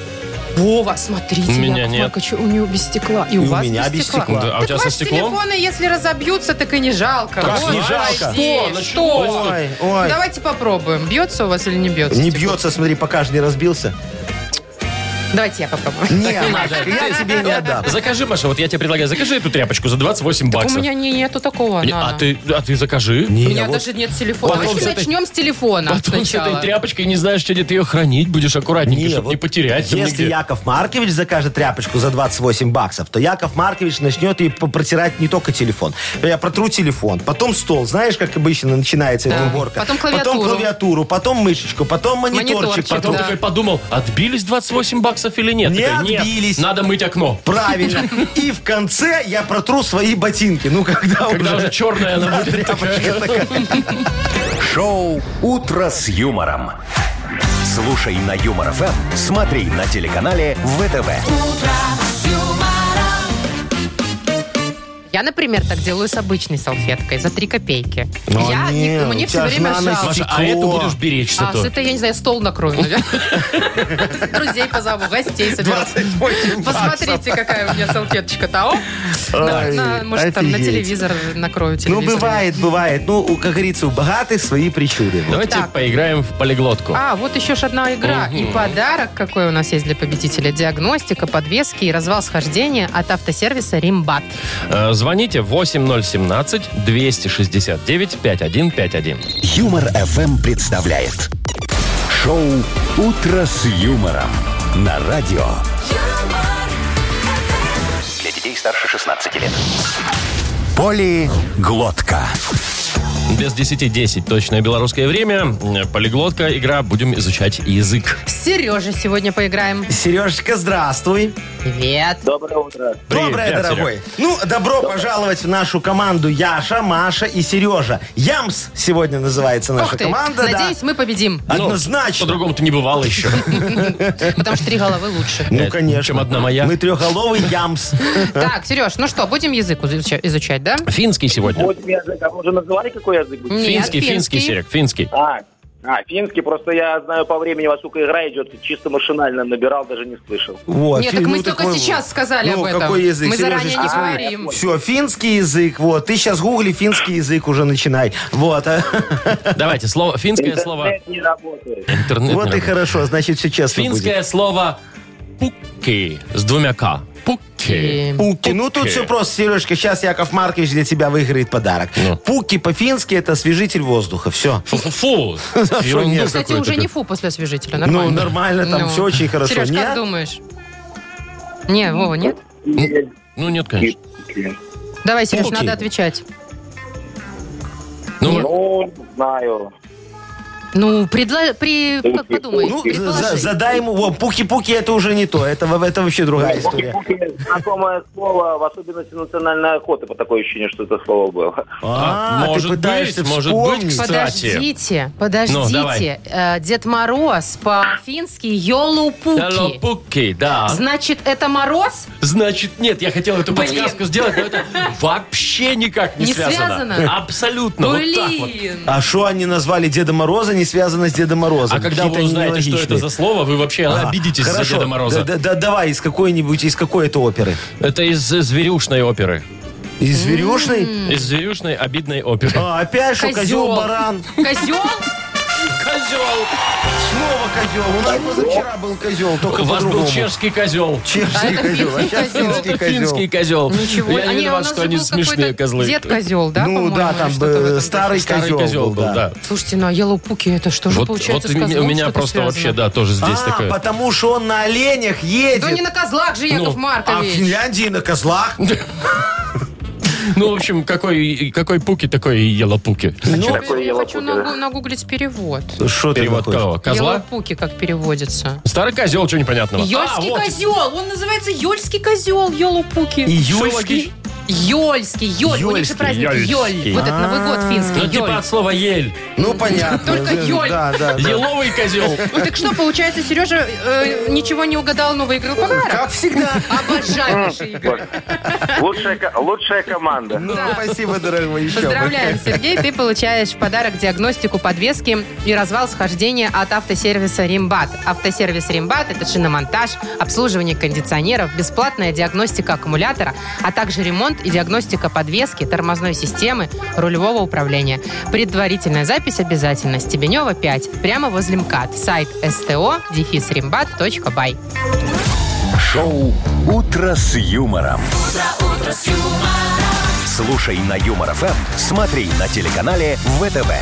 C: Вова, смотрите,
B: У меня
C: Яков
B: нет.
C: Маркович, у него без стекла. И, у
D: И у
C: вас
D: меня без
C: без стекла.
D: стекла.
B: Да, а у
C: Так
B: тебя со
C: ваши
B: стеклом?
C: телефоны, если разобьются, так и не жалко.
D: Как
C: Господи,
D: не жалко?
B: Что? Началось
C: Что?
B: тут.
D: Ой, ой.
C: Давайте попробуем. Бьется у вас или не бьется?
D: Не
C: стекло?
D: бьется, смотри, пока же не разбился.
C: Давайте я попробую.
D: Не,
B: Не надо.
D: Машечка, я
B: Ты-
D: тебе не отдам.
B: Закажи, Маша, вот я тебе предлагаю, закажи эту тряпочку за 28
C: У
B: баксов.
C: меня не- нету такого.
B: Не,
C: Нана.
B: А ты, а ты закажи.
D: Не,
C: У меня
D: вот
C: даже нет телефона.
B: Потом
C: Давайте
B: с этой-
C: начнем с телефона
B: Потом с
C: сначала.
B: этой тряпочкой не знаешь, где ты ее хранить будешь аккуратненько,
D: Не,
B: чтобы
D: вот
B: не потерять. там
D: Если
B: нигде.
D: Яков Маркович закажет тряпочку за 28 баксов, то Яков Маркович начнет и п- протирать не только телефон. Я протру телефон, потом стол. Знаешь, как обычно начинается эта
C: Да.
D: уборка?
C: Потом клавиатуру.
D: Потом клавиатуру, потом мышечку, потом мониторчик.
C: Мониторчик,
D: потом...
B: Потом
C: да.
B: такой подумал, отбились 28 баксов или нет?
D: Не
B: Такой,
D: отбились.
B: Надо мыть окно.
D: Правильно. И в конце я протру свои ботинки. Ну, когда,
B: Когда уже черная она будет.
D: тряпочка такая.
A: Шоу «Утро с юмором». Слушай на Юмор ФМ, смотри на телеканале ВТВ.
C: Я, например, так делаю с обычной салфеткой за 3 копейки.
D: Ну,
C: я, не-
D: не,
C: мне
D: у
C: все
D: тебя ж
C: время
D: нано
C: жалко.
B: Маша, а
D: Стекло.
B: эту будешь беречь
C: А, с
B: зато.
C: этой, я не знаю, стол накрою, наверное. Друзей позову, гостей соберу.
D: 28 баксов.
C: Посмотрите, какая у меня салфеточка-то. о. На-
D: Ой,
C: на- Может, там на
D: офигеть.
C: телевизор накрою
D: Ну,
C: телевизор.
D: бывает, бывает. Ну, у- как говорится, у богатых свои причуды. Вот.
B: Давайте
C: Так.
B: поиграем в полиглотку.
C: А, вот еще ж одна игра. И подарок какой у нас есть для победителя. Диагностика, подвески и развал схождения от автосервиса «Римбат».
B: Э, Звоните 8017-269-5151.
A: Юмор ФМ представляет шоу Утро с юмором на радио.
F: Для детей старше 16 лет.
A: Полиглотка.
B: Без 10-10 точное белорусское время. Э, Полиглотка, игра, будем изучать язык.
C: Сережа сегодня поиграем.
D: Сережечка, здравствуй.
C: Привет.
G: Доброе утро.
D: Доброе,
B: Привет,
D: дорогой. Ну, добро пожаловать в нашу команду Яша, Маша и Сережа. Ямс сегодня называется наша
C: Ух ты.
D: команда. да.
C: Надеюсь, мы победим.
B: Ну,
D: Однозначно.
B: По-другому-то не бывало еще.
C: Потому что три головы лучше.
D: Ну,
B: Э,
D: конечно.
B: чем одна моя.
D: Мы трехголовый ямс.
C: Так, Сереж, ну что, будем язык изуча- изучать, да?
B: Финский сегодня.
G: Вот язык, а мы уже называли, какой язык будет?
C: Нет,
B: Финский, финский, Серег, финский.
G: А, а, финский, просто я знаю по времени, во сколько игра идет, чисто машинально набирал, даже не слышал.
D: Вот,
C: Нет,
D: фи-
C: так мы
D: ну,
C: только
D: мы-
C: сейчас сказали
D: ну,
C: об этом.
D: какой язык?
C: Мы заранее не
D: Сережечка, смотри.
C: говорим.
D: Все, финский язык, вот. Ты сейчас гугли финский язык, уже начинай. Вот, а.
B: Давайте, слово, финское слово...
G: Интернет не работает.
B: Интернет не
D: вот и
B: работает.
D: хорошо, значит, все честно
B: Финское слово пукки с двумя к. Пукки.
C: И-
D: будет. Пуки. Ну, тут
B: Пуки.
D: все просто, Сережка. Сейчас Яков Маркович для тебя выиграет подарок.
B: Ну.
D: Пуки по-фински это освежитель воздуха. Все.
B: Фу-фу-фу.
D: нет?
B: Ерунду
C: Кстати,
B: какую-то.
C: уже не фу после освежителя, нормально.
D: Ну, нормально, там всё очень хорошо.
C: Сереж, как
D: Нет?
C: думаешь? Не, Вова, нет?
B: Ну, нет, конечно.
C: Давай, Сереж,
D: Окей.
C: надо отвечать.
B: Ну,
C: Нет.
G: Ну, не знаю.
C: Ну, предла... при... как подумай,
D: Ну, за-
C: предположи.
D: задай ему, во, пуки-пуки это уже не то, это, во- это вообще другая история.
G: Ну, Пуки-пуки знакомое слово, в особенности национальной охоты, по такое ощущение, что это слово было.
B: А,
D: ты
B: может
D: пытаешься
B: быть, может
D: вспомнить.
B: быть, кстати.
C: Подождите,
B: Ну,
C: подождите.
B: давай.
C: Э, Дед Мороз по-фински
B: Hello,
C: елупуки.
B: Пуки,
D: А?
B: да.
C: Значит, это мороз?
B: Значит, нет, я хотел эту
C: Блин.
B: подсказку сделать, но это вообще никак не,
C: Не связано?
D: Ну,
B: Абсолютно. вот так вот.
C: Блин.
D: А что они назвали Деда Мороза, не связано с Дедом Морозом?
B: А когда вы
D: Какие-то они
B: узнаете, что это
D: нелогичные.
B: за слово, вы вообще
D: Ага,
B: обидитесь за
D: хорошо.
B: Деда Мороза.
D: Да- да- да- давай, из какой-нибудь, из какой-то оперы.
B: Это из э, зверюшной оперы.
D: Из зверюшной?
B: Из зверюшной обидной оперы.
D: А, опять что, козел, баран.
C: Козел?
B: Козел!
D: Снова козел. У нас позавчера был козел, только
B: У вас был
D: по-другому.
B: чешский козел.
C: А
D: Чешский
C: это
D: козел, а
C: финский
D: сейчас
C: козел.
D: финский
B: Это
D: козел.
B: финский козел.
C: Ничего. А
B: Я не виноват, что они смешные козлы.
C: Дед козел, да?
D: Ну
C: по-моему,
D: да,
C: или
D: там
C: что-то
D: э,
C: в этом
D: старый
B: Старый
D: козел,
B: козел был, да.
C: Слушайте, ну а елупуки, это что же
B: Вот,
C: получается
B: вот
C: с
B: у меня-
C: козлом
B: у меня
C: что-то
B: просто
C: связано?
B: вообще, да, тоже здесь
D: а,
B: такое.
D: потому что он на оленях едет.
C: Да Ну, не на козлах же, Яков
B: Ну,
D: А в
C: Маркович.
D: Финляндии на козлах?
B: Ну, в общем, какой, какой пуки, такой и елопуки.
C: Ну,
G: такое
C: я
G: елопуки,
C: хочу
G: да?
C: нагу- нагуглить перевод.
D: Ну, Что ты
B: Перевод
D: такой?
B: кого? Козла?
C: Елопуки, как переводится.
B: Старый козел, что непонятного?
C: Ёльский
B: А, вот.
C: козел! Он называется Ёльский козел, елупуки.
D: Июльский?
C: Ёльский, Ёль. У них же
D: Ёльский,
C: праздник Ёль.
B: ёльский.
C: Вот это Новый год финский,
B: Ну, типа
C: Ёль.
B: от слова ель.
D: Ну, понятно.
C: Только ёль.
D: Да, да, да.
B: Еловый козел.
C: Ну так что, получается, Сережа э, ничего не угадал, но выиграл подарок?
D: Как всегда.
C: Обожайший Игорь.
G: Лучшая, ко- лучшая команда.
D: Ну, спасибо, дорогой. еще бы.
C: Поздравляем, Сергей. Ты получаешь в подарок диагностику подвески и развал схождения от автосервиса «Римбат». Автосервис «Римбат» — это шиномонтаж, обслуживание кондиционеров, бесплатная диагностика аккумулятора, а также ремонт и диагностика подвески, тормозной системы, рулевого управления. Предварительная запись обязательно. Стебенева, 5, прямо возле МКАД. Сайт sto бай
A: Шоу «Утро с юмором». Слушай на Юмор ФМ, смотри на телеканале ВТВ.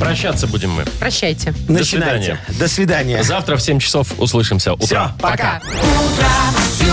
B: Прощаться будем мы.
C: Прощайте.
D: Начинайте. До свидания.
B: Завтра в 7 часов услышимся. Утро.
D: Все, пока.
C: Пока.
J: Утро с